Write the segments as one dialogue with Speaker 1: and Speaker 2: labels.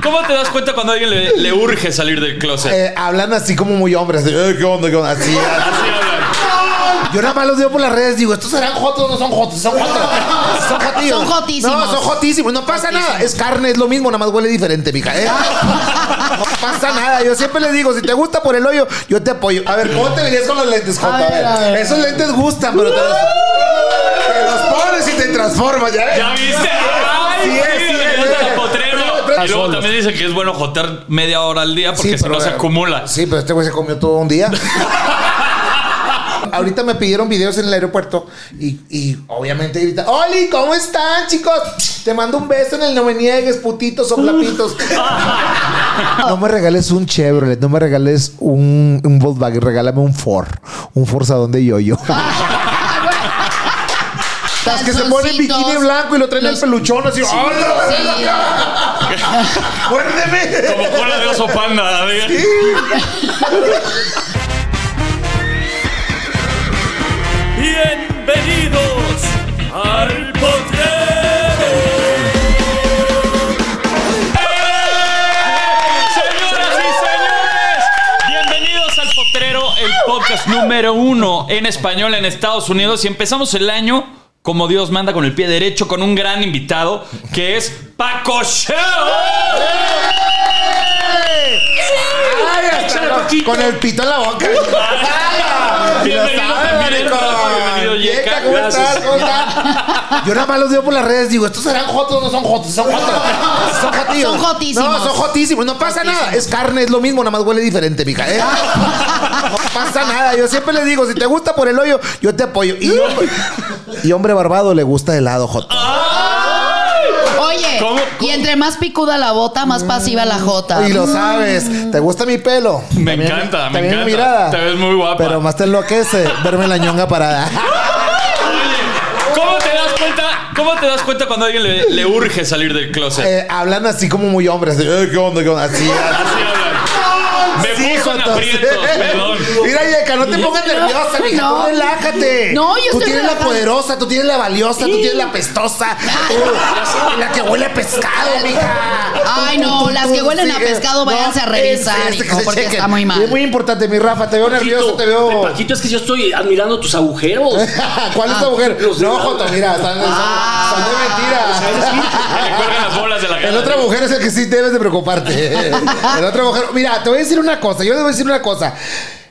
Speaker 1: ¿Cómo te das cuenta cuando a alguien le, le urge salir del closet?
Speaker 2: Eh, hablan así como muy hombres. así, "Eh, ¿Qué onda? ¿Qué onda?" Así, así.
Speaker 1: Así hablan.
Speaker 2: Yo nada más los veo por las redes. Digo, ¿estos serán jotos o no son jotos? Son jotos. Son jotillos.
Speaker 3: Son jotísimos.
Speaker 2: No, son jotísimos. No pasa nada. Es carne, es lo mismo. Nada más huele diferente, mija. ¿eh? No pasa nada. Yo siempre les digo, si te gusta por el hoyo, yo te apoyo. A ver, ¿cómo te verías con los lentes, Jota? A ver, ¡Uh! Esos lentes gustan, pero te los, te los pones y te transformas. ¿Ya, ves?
Speaker 1: ¿Ya viste? ¡Ay,
Speaker 2: Sí, es,
Speaker 1: sí,
Speaker 2: sí,
Speaker 1: eres
Speaker 2: es.
Speaker 1: tan potrero!
Speaker 2: Está
Speaker 1: Y luego
Speaker 2: solo.
Speaker 1: también dicen que es bueno jotear media hora al día porque si no
Speaker 2: pero,
Speaker 1: se
Speaker 2: eh,
Speaker 1: acumula.
Speaker 2: Sí, pero este güey se comió todo un día. Ahorita me pidieron videos en el aeropuerto y, y obviamente grita, ¡Oli, ¿cómo están, chicos? Te mando un beso en el no me niegues, putitos o plapitos. no me regales un Chevrolet, no me regales un, un Volkswagen, regálame un Ford, un forzadón de yoyo. Las que se ponen
Speaker 3: Calzoncitos.
Speaker 2: bikini blanco y lo traen
Speaker 3: Los-
Speaker 2: el peluchón así. ¡Ay, la
Speaker 3: Sí.
Speaker 2: verga! ¡Muérdeme!
Speaker 1: Como cola de oso panda. ¿eh? Bienvenidos al potrero. ¡Eh! Señoras y señores, bienvenidos al potrero, el podcast número uno en español en Estados Unidos. Y empezamos el año como Dios manda con el pie derecho con un gran invitado que es Paco Show.
Speaker 2: ¡Eh! Ay, hasta lo- Con el pito en la boca. Y lo
Speaker 1: Bienvenido
Speaker 2: sabe,
Speaker 1: también,
Speaker 2: maricón.
Speaker 1: bienvenido, Yeka.
Speaker 2: Yeka, ¿cómo
Speaker 1: Gracias.
Speaker 2: estás? ¿Cómo estás? Yo nada más los veo por las redes, digo, estos serán jotos o no son jotos, son jotos. Son jotillos.
Speaker 3: Son jotísimos.
Speaker 2: No, son jotísimos. No pasa nada. Es carne, es lo mismo, nada más huele diferente, mija. ¿eh? No pasa nada. Yo siempre les digo, si te gusta por el hoyo, yo te apoyo. Y hombre, y hombre barbado le gusta helado, joto.
Speaker 1: Ah,
Speaker 3: Oye,
Speaker 1: ¿Cómo?
Speaker 3: y entre más picuda la bota, más pasiva la jota.
Speaker 2: Y lo sabes. ¿Te gusta mi pelo?
Speaker 1: mm. Me
Speaker 2: También-
Speaker 1: encanta, me
Speaker 2: también mi
Speaker 1: encanta.
Speaker 2: mirada.
Speaker 1: Te ves muy guapa.
Speaker 2: Pero más te enloquece verme la ñonga parada.
Speaker 1: ¿Cómo te das cuenta? ¿Cómo te das cuenta cuando a alguien le, le urge salir del closet?
Speaker 2: Eh, hablan así como muy hombres. así, "Eh, ¿Qué onda? ¿Qué onda?" Así.
Speaker 1: Así hablan. Me
Speaker 2: así,
Speaker 1: puso en
Speaker 2: jotos.
Speaker 1: aprietos, perdón.
Speaker 2: Mira, Yeka, no te pongas nerviosa, mija.
Speaker 3: No.
Speaker 2: Tú relájate.
Speaker 3: No, yo
Speaker 2: Tú
Speaker 3: estoy
Speaker 2: tienes la
Speaker 3: relajada.
Speaker 2: poderosa, tú tienes la valiosa, tú tienes la pestosa. tú, la que huele a pescado, mija.
Speaker 3: Ay, no, las que huelen a pescado, váyanse a revisar,
Speaker 2: este,
Speaker 3: hijo,
Speaker 2: que se
Speaker 3: porque
Speaker 2: chequen.
Speaker 3: está muy mal.
Speaker 2: Y Es muy importante, mi Rafa. Te veo nervioso, te veo.
Speaker 4: Paquito, es que yo estoy admirando tus agujeros.
Speaker 2: ¿Cuál es
Speaker 3: Ah.
Speaker 2: tu mujer? No, Jota, mira, están, están- están de
Speaker 1: Que le cuelgan las
Speaker 2: mentira.
Speaker 1: bolas de la
Speaker 2: El
Speaker 1: cara.
Speaker 2: otra mujer es el que sí debes de preocuparte. El otra mujer. Mira, te voy a decir una cosa. Yo les voy a decir una cosa.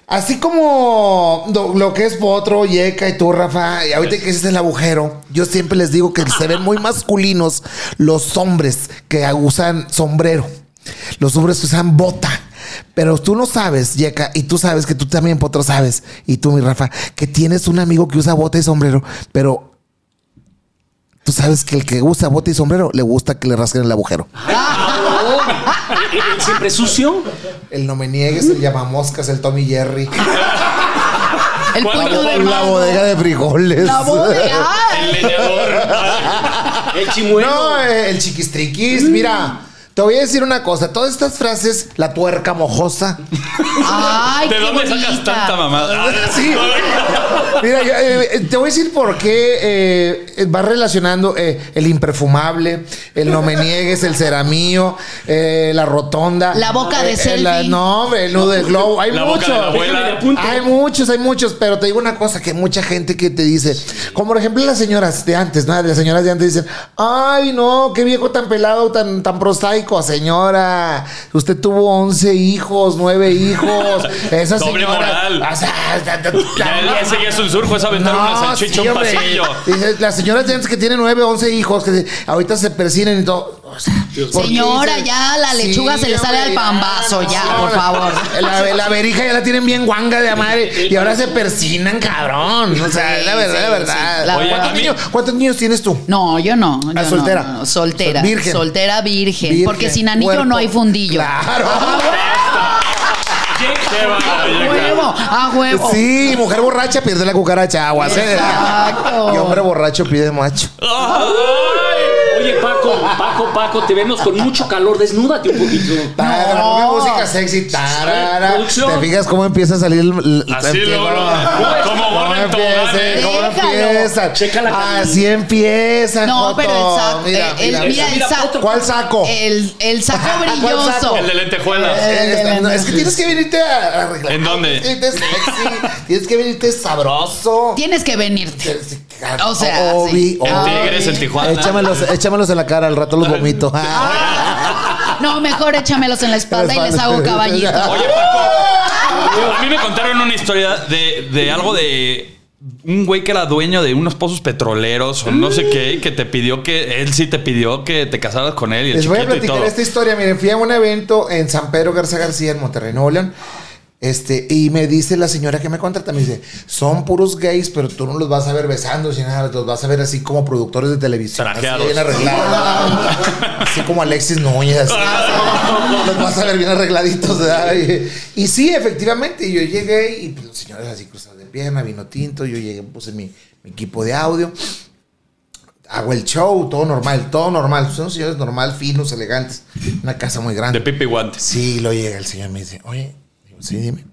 Speaker 2: Así como do- lo que es Potro, Yeca y tú, Rafa, y ahorita que hiciste el agujero, yo siempre les digo que se ven muy masculinos los hombres que usan sombrero, los hombres que usan bota. Pero tú no sabes, Yeca, y tú sabes que tú también, Potro, sabes, y tú, mi Rafa, que tienes un amigo que usa bota y sombrero, pero tú sabes que el que usa bota y sombrero le gusta que le rasquen el agujero.
Speaker 4: ¿El- el siempre sucio.
Speaker 2: El no me niegues, el llamamoscas, el Tommy Jerry,
Speaker 3: El
Speaker 1: ¿Cuál
Speaker 3: puño de
Speaker 2: la
Speaker 3: mango.
Speaker 2: bodega de frijoles.
Speaker 3: La bodega.
Speaker 1: El
Speaker 3: Ay.
Speaker 1: leñador.
Speaker 4: El chimuelo.
Speaker 2: No, eh, el chiquistriquis, mira. Te voy a decir una cosa, todas estas frases, la tuerca mojosa,
Speaker 3: Ay,
Speaker 1: ¿De
Speaker 3: qué
Speaker 1: dónde
Speaker 3: bonita.
Speaker 1: sacas tanta mamada?
Speaker 2: Ah, Sí. Mira, yo, eh, te voy a decir por qué eh, eh, va relacionando eh, el imperfumable, el no me niegues, el ceramío, eh, la rotonda.
Speaker 3: La boca de
Speaker 2: eh,
Speaker 3: selfie.
Speaker 2: la- no, hombre, el nudo del globo. Hay
Speaker 1: La boca
Speaker 2: muchos.
Speaker 1: de la abuela.
Speaker 4: Déjame de apunte.
Speaker 2: Hay muchos, hay muchos, pero te digo una cosa que mucha gente que te dice, como por ejemplo las señoras de antes, ¿no? Las señoras de antes dicen, ay no, qué viejo tan pelado, tan, tan prosaico, señora. Usted tuvo 11 hijos, 9 hijos. Esa
Speaker 1: Doble
Speaker 2: señora.
Speaker 1: moral.
Speaker 2: O sea, ta- ta- ta-
Speaker 1: Ya, ya, ese ya es un surco, es aventar una salchicha a
Speaker 2: sí,
Speaker 1: un
Speaker 2: hombre.
Speaker 1: pasillo.
Speaker 2: Dice, Las señoras de antes que tienen 9, 11 hijos, que se- ahorita se persinen y todo. O sea, ¿por qué
Speaker 3: Señora,
Speaker 2: dices?
Speaker 3: ya la lechuga se le sale al pambazo, ya, por favor.
Speaker 2: La, la verija ya la tienen bien guanga de madre y ahora se persinan, cabrón. O sea, es la verdad,
Speaker 3: Sí,
Speaker 2: la
Speaker 3: sí,
Speaker 2: verdad.
Speaker 3: sí. La
Speaker 1: Oye,
Speaker 2: ¿Cuántos,
Speaker 1: a mí-
Speaker 2: niños, cuántos niños tienes tú?
Speaker 3: No, yo no. yo
Speaker 2: Ah,
Speaker 3: no,
Speaker 2: soltera.
Speaker 3: no, no, soltera.
Speaker 2: Virgen.
Speaker 3: Soltera virgen.
Speaker 2: Virgen,
Speaker 3: porque sin anillo
Speaker 2: cuerpo.
Speaker 3: no hay fundillo. Ah,
Speaker 2: Claro.
Speaker 1: Qué
Speaker 3: A
Speaker 1: bárbaro,
Speaker 3: huevo,
Speaker 1: ya.
Speaker 3: a huevo. Ah,
Speaker 2: Sí, mujer borracha pierde la cucaracha, aguas. ¿eh?
Speaker 3: Exacto.
Speaker 2: Y hombre borracho pide macho.
Speaker 4: Oye, Paco, Paco, Paco, te vemos con mucho calor. Desnúdate un poquito.
Speaker 2: Tarara, ponme música sexy. tarara.
Speaker 4: Producción.
Speaker 2: ¿Te fijas cómo empieza a salir el- el-
Speaker 1: Así
Speaker 2: empieza-
Speaker 1: luego,
Speaker 2: ¿Cómo
Speaker 1: como borra en tobogán,
Speaker 2: empieza?
Speaker 1: ¿eh?
Speaker 2: ¿Cómo
Speaker 3: Déjalo.
Speaker 2: empieza?
Speaker 4: Checa la camisa.
Speaker 2: Así empiezan.
Speaker 3: No,
Speaker 2: Joto.
Speaker 3: pero el saco.
Speaker 2: Mira,
Speaker 3: el-
Speaker 2: mira,
Speaker 3: el- mira, Eh, el
Speaker 4: mira,
Speaker 3: saco.
Speaker 4: otro.
Speaker 2: ¿Cuál saco?
Speaker 3: El, el saco
Speaker 2: ¿Cuál saco?
Speaker 3: brilloso.
Speaker 1: El de lentejuelas.
Speaker 2: Eh,
Speaker 3: de la
Speaker 2: no, es que
Speaker 3: nariz.
Speaker 2: tienes que venirte a arreglar.
Speaker 1: ¿En dónde?
Speaker 2: Tienes que venirte sexy, tienes que venirte sabroso.
Speaker 3: Tienes que venirte. O sea, sí.
Speaker 2: Obi,
Speaker 3: En
Speaker 2: Obi.
Speaker 1: Tigres, en Tijuana.
Speaker 2: Échamelos, échamelos en la cara, al rato los vomito.
Speaker 3: No, mejor échamelos en la espalda y les hago caballito.
Speaker 1: Oye, Paco. A mí me contaron una historia de, de algo de un güey que era dueño de unos pozos petroleros o no sé qué, y que te pidió que él sí te pidió que te casaras con él y el
Speaker 2: Les voy a
Speaker 1: chiquito y
Speaker 2: platicar este
Speaker 1: todo.
Speaker 2: esta historia. Miren, fui a un evento en San Pedro Garza García, en Monterrey, Nuevo León. Este, y me dice la señora que me contrata, me dice, son puros gays, pero tú no los vas a ver besando, sino los vas a ver así como productores de televisión.
Speaker 1: Trajeados.
Speaker 2: Así bien arreglados. así como Alexis Núñez. así. los vas a ver bien arregladitos. ¿verdad? Y, y sí, efectivamente, yo llegué y pues, los señores así cruzados de pierna, vino tinto, yo llegué, puse mi- mi equipo de audio hago el show, todo normal, todo normal. Pues, Son señores normal, finos, elegantes. Una casa muy
Speaker 1: De
Speaker 2: grande.
Speaker 1: pipi guantes.
Speaker 2: Sí, lo llega el señor y me dice, oye, digo, sí, dime.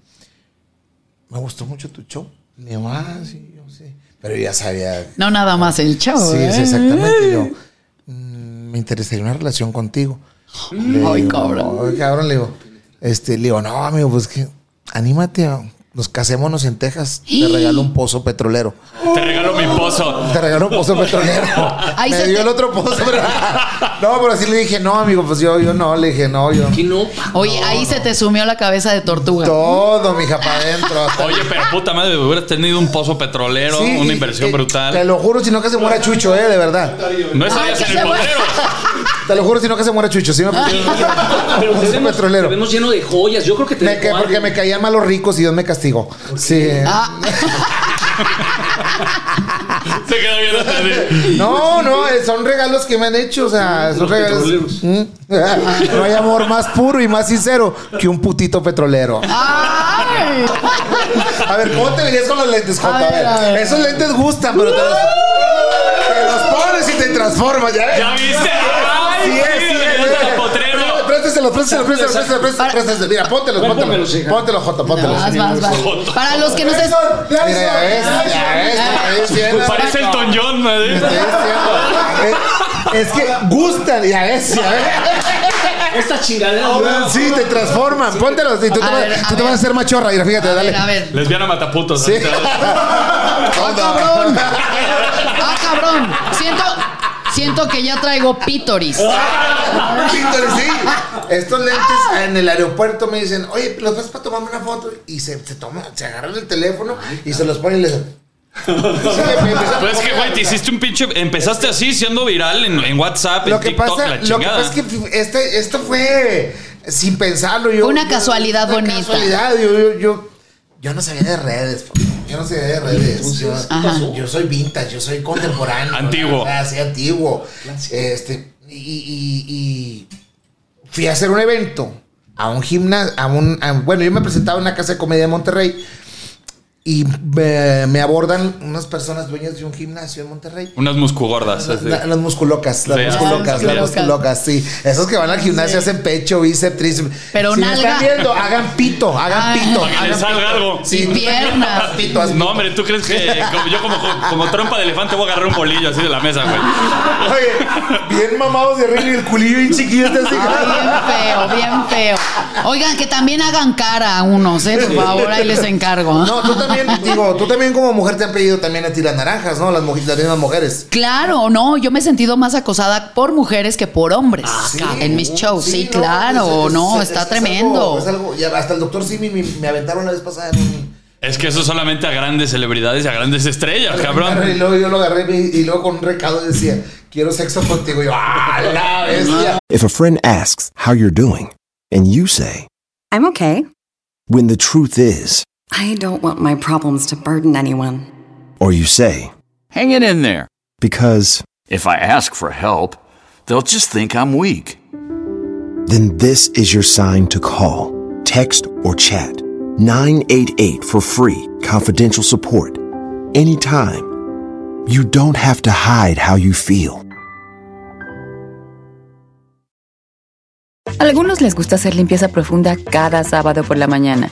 Speaker 2: Me gustó mucho tu show. Me digo, ah, sí, yo sé. Pero yo ya sabía.
Speaker 3: No nada más el chavo.
Speaker 2: Sí,
Speaker 3: ¿eh?
Speaker 2: sí, exactamente. Yo, "Mm, me interesaría una relación contigo. Le
Speaker 3: Ay,
Speaker 2: digo,
Speaker 3: cabrón.
Speaker 2: "Ay, cabrón, le digo. Este, le digo, no, amigo, pues que anímate a- Nos casémonos en Texas. Te regalo un pozo petrolero.
Speaker 1: Te regalo mi pozo.
Speaker 2: Te regaló un pozo petrolero.
Speaker 3: Ahí
Speaker 2: me
Speaker 3: se
Speaker 2: dio
Speaker 3: te-
Speaker 2: el otro pozo. pero- No, pero sí le dije, no, amigo, pues yo, yo no, le dije, no, yo.
Speaker 4: Que no, Paco.
Speaker 3: Oye, ahí se te sumió la cabeza de tortuga.
Speaker 2: Todo, mija, para adentro. hasta-
Speaker 1: Oye, pero puta madre, hubieras tenido un pozo petrolero,
Speaker 2: Sí,
Speaker 1: una
Speaker 2: y-
Speaker 1: inversión
Speaker 2: y- Te
Speaker 1: brutal.
Speaker 2: lo juro, si no que se muera Chucho, eh, de verdad.
Speaker 1: No
Speaker 3: Ay,
Speaker 1: estarías
Speaker 3: que
Speaker 1: en
Speaker 3: se
Speaker 1: el
Speaker 3: muera.
Speaker 1: potrero.
Speaker 2: Te lo juro, si no que se muera Chucho. Sí me pusieron
Speaker 4: Pero
Speaker 2: un
Speaker 4: te
Speaker 2: pozo
Speaker 4: vemos,
Speaker 2: petrolero.
Speaker 4: te vemos lleno de joyas. Yo creo que te
Speaker 2: Me
Speaker 4: dejó
Speaker 2: ca- porque
Speaker 4: algo.
Speaker 2: me caían mal los ricos y Dios me castigó. Sí.
Speaker 3: Ah,
Speaker 1: Se queda viendo así.
Speaker 2: No, no, eh, son regalos que me han hecho. O sea, son
Speaker 4: Los
Speaker 2: regalos.
Speaker 4: petroleros.
Speaker 2: Mm. No hay amor más puro y más sincero que un putito petrolero.
Speaker 3: ay.
Speaker 2: A ver, ¿cómo te verías con los lentes, Joto? A
Speaker 3: A ver, a
Speaker 2: ver,
Speaker 3: ver.
Speaker 2: esos lentes gustan, pero te los, te los pones y te transformas, ¿ya ves?
Speaker 1: ¿Ya viste? Ay,
Speaker 2: Sí, es,
Speaker 1: sí, le
Speaker 2: sí, es,
Speaker 1: dieron
Speaker 2: mira.
Speaker 1: al potrero.
Speaker 2: Présteselo, présteselo, présteselo, présteselo, présteselo, présteselo. Mira, póntelos,
Speaker 4: Ven,
Speaker 2: póntelos.
Speaker 4: pónmelos, hija.
Speaker 2: Póntelo, Joto, póntelo.
Speaker 3: Vas, vas, vas. Para los que no se.
Speaker 2: Mira, ya ves, ya ves, ya ves, bien,
Speaker 1: Parece el John,
Speaker 2: bien,
Speaker 1: madre.
Speaker 2: bien. Es es que gustan, ya ves, ya ves.
Speaker 4: Esta chingadera. ¿no?
Speaker 2: Sí, te transforman. Póntelos y tú te
Speaker 3: A ver,
Speaker 2: vas-
Speaker 3: a
Speaker 2: tú te
Speaker 3: ver.
Speaker 2: vas a hacer machorra. Mira, fíjate,
Speaker 3: A ver, a
Speaker 2: dale.
Speaker 3: ver.
Speaker 1: Lesbiana mataputos.
Speaker 2: Sí.
Speaker 1: ahorita.
Speaker 3: cabrón. Ah, cabrón. Siento, siento que ya traigo pítoris.
Speaker 2: Víctor, sí. Estos lentes en el aeropuerto me dicen, oye, ¿los vas para tomarme una foto? Y se, se toma, se agarran el teléfono y se los ponen y les. Sí, me empieza a
Speaker 1: Pues es que,
Speaker 2: poner-
Speaker 1: güey, te hiciste un pinche. Empezaste así, siendo viral en, en WhatsApp,
Speaker 2: Lo
Speaker 1: en
Speaker 2: que
Speaker 1: TikTok,
Speaker 2: pasa,
Speaker 1: la
Speaker 2: lo que
Speaker 1: chingada.
Speaker 2: pasa es que este, esto fue sin pensarlo. Yo,
Speaker 3: Una
Speaker 2: yo-
Speaker 3: casualidad
Speaker 2: una
Speaker 3: bonita.
Speaker 2: casualidad. Yo, yo, yo, yo no sabía de redes. po. Yo no sabía de redes. Yo,
Speaker 3: Ajá.
Speaker 2: yo soy vintage, yo soy contemporáneo.
Speaker 1: Antiguo.
Speaker 2: la verdad, sí, antiguo. Este, y, y- y- y fui a hacer un evento a un gimnasio. A un, a un- bueno, yo me presentaba en una casa de comedia de Monterrey. y me, me abordan unas personas dueñas de un gimnasio en Monterrey.
Speaker 1: Unas muscugordas. así.
Speaker 2: La- las musculocas, las
Speaker 1: Sí.
Speaker 2: musculocas,
Speaker 3: Ah,
Speaker 2: las
Speaker 3: musculocas.
Speaker 2: musculocas, sí. Esos que van al gimnasio hacen pecho, bíceps, tríceps.
Speaker 3: Pero
Speaker 2: si me
Speaker 3: nalga.
Speaker 2: están viendo, hagan pito, hagan
Speaker 3: Ay.
Speaker 2: pito.
Speaker 3: Para
Speaker 1: que les
Speaker 2: hagan
Speaker 1: salga
Speaker 2: pito.
Speaker 1: algo.
Speaker 2: Sí,
Speaker 3: Y
Speaker 2: no,
Speaker 3: piernas.
Speaker 2: haz pito, haz
Speaker 1: No, hombre, ¿tú crees que como- yo como, como trompa de elefante voy a agarrar un bolillo así de la mesa, güey?
Speaker 2: pito. Oye, bien mamados de arriba y el culillo bien chiquillo este así.
Speaker 3: Ay, bien feo, bien feo. Oigan, que también hagan cara a unos, ¿eh? Por favor, ahí les encargo. ¿eh?
Speaker 2: No, tú también, digo, tú también como mujer te han pedido también a ti las naranjas, ¿no? Las, muj- las mismas mujeres.
Speaker 3: Claro, no, yo me he sentido más acosada por mujeres que por hombres en mis shows.
Speaker 2: Ah,
Speaker 3: Sí,
Speaker 2: no,
Speaker 3: claro,
Speaker 2: es- es-
Speaker 3: no,
Speaker 2: es-
Speaker 3: está
Speaker 2: es algo-
Speaker 3: tremendo.
Speaker 2: es algo- ya hasta el doctor Simi me, me aventaron la vez pasada en un-
Speaker 1: Es que eso solamente a grandes celebridades y a grandes estrellas,
Speaker 2: Agarré Y
Speaker 1: cabrón.
Speaker 2: luego yo lo agarré y y luego con un recado decía, quiero sexo contigo. Y yo, ¡ah, la bestia!
Speaker 5: If a friend asks how you're doing, and you say,
Speaker 6: I'm okay.
Speaker 5: when the truth is,
Speaker 6: I don't want my problems to burden anyone.
Speaker 5: or you say,
Speaker 7: Hang it in there.
Speaker 5: because,
Speaker 7: If I ask for help, they'll just think I'm weak.
Speaker 5: then this is your sign to call, text, or chat 988 for free, confidential support. Anytime. You don't have to hide how you feel.
Speaker 8: Algunos les gusta hacer limpieza profunda cada sábado por la mañana.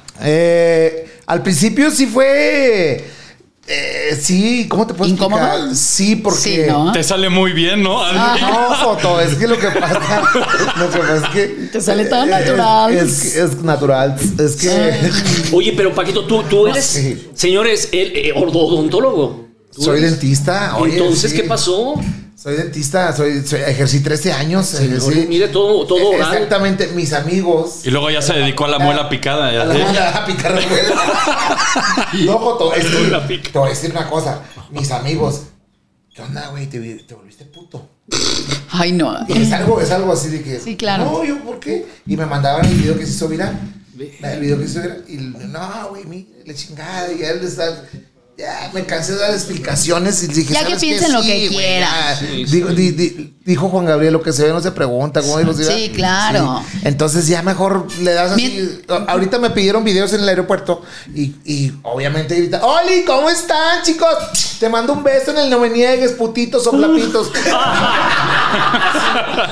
Speaker 2: Eh, al principio sí fue. eh, sí, ¿cómo te puedo explicar?
Speaker 3: ¿Incómodo?
Speaker 2: Sí, porque.
Speaker 3: Sí, ¿no?
Speaker 1: Te sale muy bien, ¿no?
Speaker 2: No, Joto, es que lo que pasa, lo que pasa es que.
Speaker 3: Te sale tan
Speaker 2: eh, es-
Speaker 3: natural.
Speaker 2: Es, es natural. Es que
Speaker 4: Oye, pero Paquito, tú, tú eres,
Speaker 2: sí.
Speaker 4: señores, el eh, odontólogo. Tú
Speaker 2: soy
Speaker 4: eres-
Speaker 2: dentista. oye,
Speaker 4: Entonces,
Speaker 2: sí.
Speaker 4: ¿qué pasó?
Speaker 2: Soy dentista, soy, soy- ejercí 13 años. ejercí- e-
Speaker 4: mire, todo- todo oral.
Speaker 2: Exactamente, mis amigos.
Speaker 1: Y luego ya se dedicó a la muela picada.
Speaker 2: A
Speaker 1: ya
Speaker 2: la
Speaker 1: sé.
Speaker 2: manga, a picar la muela. No, Joto, es que
Speaker 4: La pica.
Speaker 2: te voy a decir una cosa. Mis amigos, ¿qué onda, güey? Te, vi- te volviste puto.
Speaker 3: Ay, no.
Speaker 2: Y es algo, es algo así de que.
Speaker 3: Sí, claro.
Speaker 2: No, yo, ¿por qué? Y me mandaban el video que se hizo viral. El video que se hizo viral. Y no, güey, mire, la chingada. Y él está. Ya, me cansé de dar explicaciones y dije,
Speaker 3: Ya que
Speaker 2: "¿Sabes qué?
Speaker 3: piensen lo que
Speaker 2: güey,
Speaker 3: quieran".
Speaker 2: ya". Digo, di- di- dijo Juan Gabriel, lo que se ve no se pregunta. ¿cómo dijo?
Speaker 3: Sí, claro.
Speaker 2: Sí. Entonces ya mejor le das así.
Speaker 3: Bien.
Speaker 2: A- Ahorita me pidieron videos en el aeropuerto y, y obviamente grita, Oli, ¿cómo están, chicos? Te mando un beso en el no me niegues, putitos o plapitos.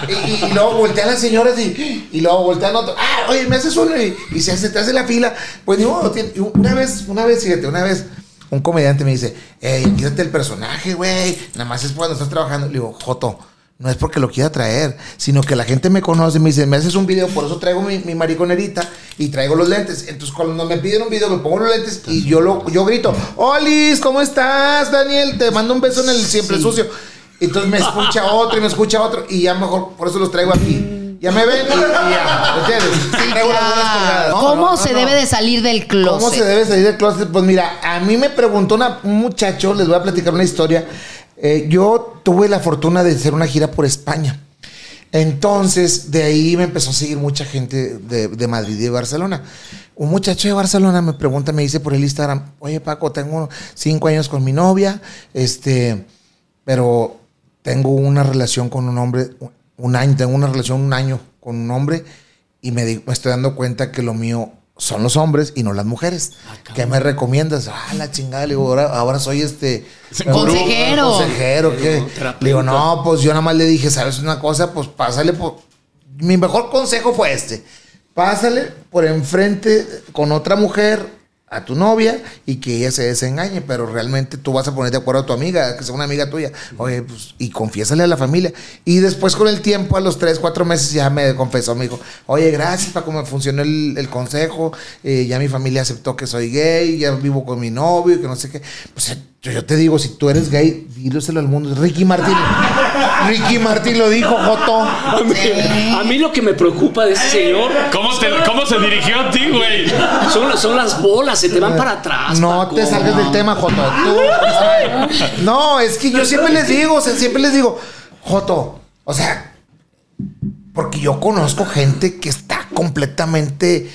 Speaker 2: Y, y- y luego voltean las señoras y, y luego voltean otro. Ah, oye, me haces uno y, y se, hace- te hace la fila. Pues ni modo, tien- y una vez, una vez, fíjate, una vez un comediante me dice, hey, quítate el personaje, güey. Nada más es cuando estás trabajando. Le digo, Joto. No es porque lo quiera traer, sino que la gente me conoce, me dice, me haces un video, por eso traigo mi, mi mariconerita y traigo los lentes. Entonces cuando me piden un video, me pongo los lentes y yo lo, yo grito, Olis, ¿cómo estás, Daniel? Te mando un beso en el siempre sucio. Entonces me escucha otro y me escucha otro y ya mejor por eso los traigo aquí. Ya me ven y, y ya, ¿me ¿entiendes?
Speaker 3: Sí,
Speaker 2: Traigo las buenas colgadas.
Speaker 3: claro.
Speaker 2: No,
Speaker 3: ¿Cómo
Speaker 2: no,
Speaker 3: se
Speaker 2: no,
Speaker 3: debe
Speaker 2: no.
Speaker 3: de salir del closet?
Speaker 2: ¿Cómo se debe salir del closet? Pues mira, a mí me preguntó una- un muchacho, les voy a platicar una historia. Eh, yo tuve la fortuna de hacer una gira por España. Entonces, de ahí me empezó a seguir mucha gente de, de Madrid y de Barcelona. Un muchacho de Barcelona me pregunta, me dice por el Instagram, oye Paco, tengo cinco años con mi novia, este, pero tengo una relación con un hombre, un año, tengo una relación un año con un hombre y me, di- me estoy dando cuenta que lo mío son los hombres y no las mujeres. ¿Qué me recomiendas? Ah, la chingada, le digo, ahora, ahora soy este...
Speaker 3: Consejero.
Speaker 2: Consejero, ¿qué? Le digo, no, pues yo nada más le dije, ¿sabes una cosa? Pues pásale por... Mi mejor consejo fue este. Pásale por enfrente con otra mujer a tu novia y que ella se desengañe, pero realmente tú vas a poner de acuerdo a tu amiga, que sea una amiga tuya, oye, pues, y confiésale a la familia. Y después con el tiempo, a los tres, cuatro meses, ya me confesó, me dijo, oye, gracias para cómo funcionó el, el consejo, eh, ya mi familia aceptó que soy gay, ya vivo con mi novio, y que no sé qué. Pues Yo, yo te digo, si tú eres gay, díloselo al mundo. Ricky Martín. Ricky Martín lo dijo, Joto.
Speaker 4: A mí, a mí lo que me preocupa de ese señor
Speaker 1: ¿Cómo, te- ¿Cómo se dirigió a ti, güey?
Speaker 4: son, son las bolas, se te van para atrás.
Speaker 2: No
Speaker 4: Paco.
Speaker 2: te salgas del tema, Joto. Tú- no, es que yo siempre les digo, o sea, siempre les digo, Joto, o sea, porque yo conozco gente que está completamente,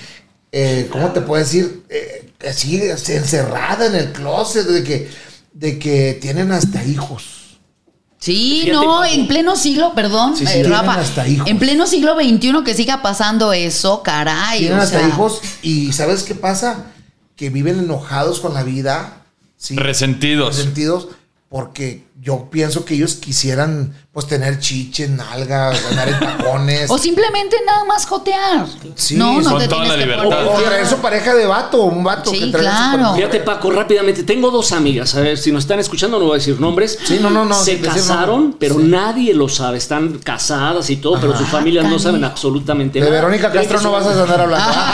Speaker 2: eh, ¿cómo te puedo decir? Eh, así, así, encerrada en el closet, de que, de que tienen hasta hijos.
Speaker 3: Sí,
Speaker 4: Fíjate,
Speaker 3: no,
Speaker 4: Paco.
Speaker 3: en pleno siglo, perdón,
Speaker 2: Sí, sí,
Speaker 3: eh,
Speaker 2: tienen
Speaker 3: Rafa,
Speaker 2: hasta hijos.
Speaker 3: en pleno siglo XXI que siga pasando eso, caray.
Speaker 2: Tienen
Speaker 3: o
Speaker 2: hasta
Speaker 3: sea,
Speaker 2: hijos y ¿sabes qué pasa? Que viven enojados con la vida. ¿sí?
Speaker 1: Resentidos.
Speaker 2: sentidos porque yo pienso que ellos quisieran pues tener chiche, nalga, andar en tacones.
Speaker 3: O simplemente nada más jotear.
Speaker 2: Sí,
Speaker 3: no, no
Speaker 1: con
Speaker 3: te
Speaker 1: toda
Speaker 3: tienes
Speaker 1: la
Speaker 3: que
Speaker 1: libertad.
Speaker 3: poner-
Speaker 2: O traer su pareja de vato, un vato
Speaker 3: Sí,
Speaker 2: que trae
Speaker 3: claro.
Speaker 2: su pareja.
Speaker 4: Fíjate, Paco, rápidamente. Tengo dos amigas. A ver, si nos están escuchando, no voy a decir nombres.
Speaker 2: Sí, no, no, no,
Speaker 4: Se
Speaker 2: sin decir
Speaker 4: casaron,
Speaker 2: nombres.
Speaker 4: pero
Speaker 2: Sí.
Speaker 4: nadie lo sabe. Están casadas y todo, pero sus familias no saben absolutamente
Speaker 2: De
Speaker 4: nada.
Speaker 2: Verónica
Speaker 4: Creen
Speaker 2: Castro
Speaker 4: que
Speaker 2: no
Speaker 4: son-
Speaker 2: vas a andar hablando.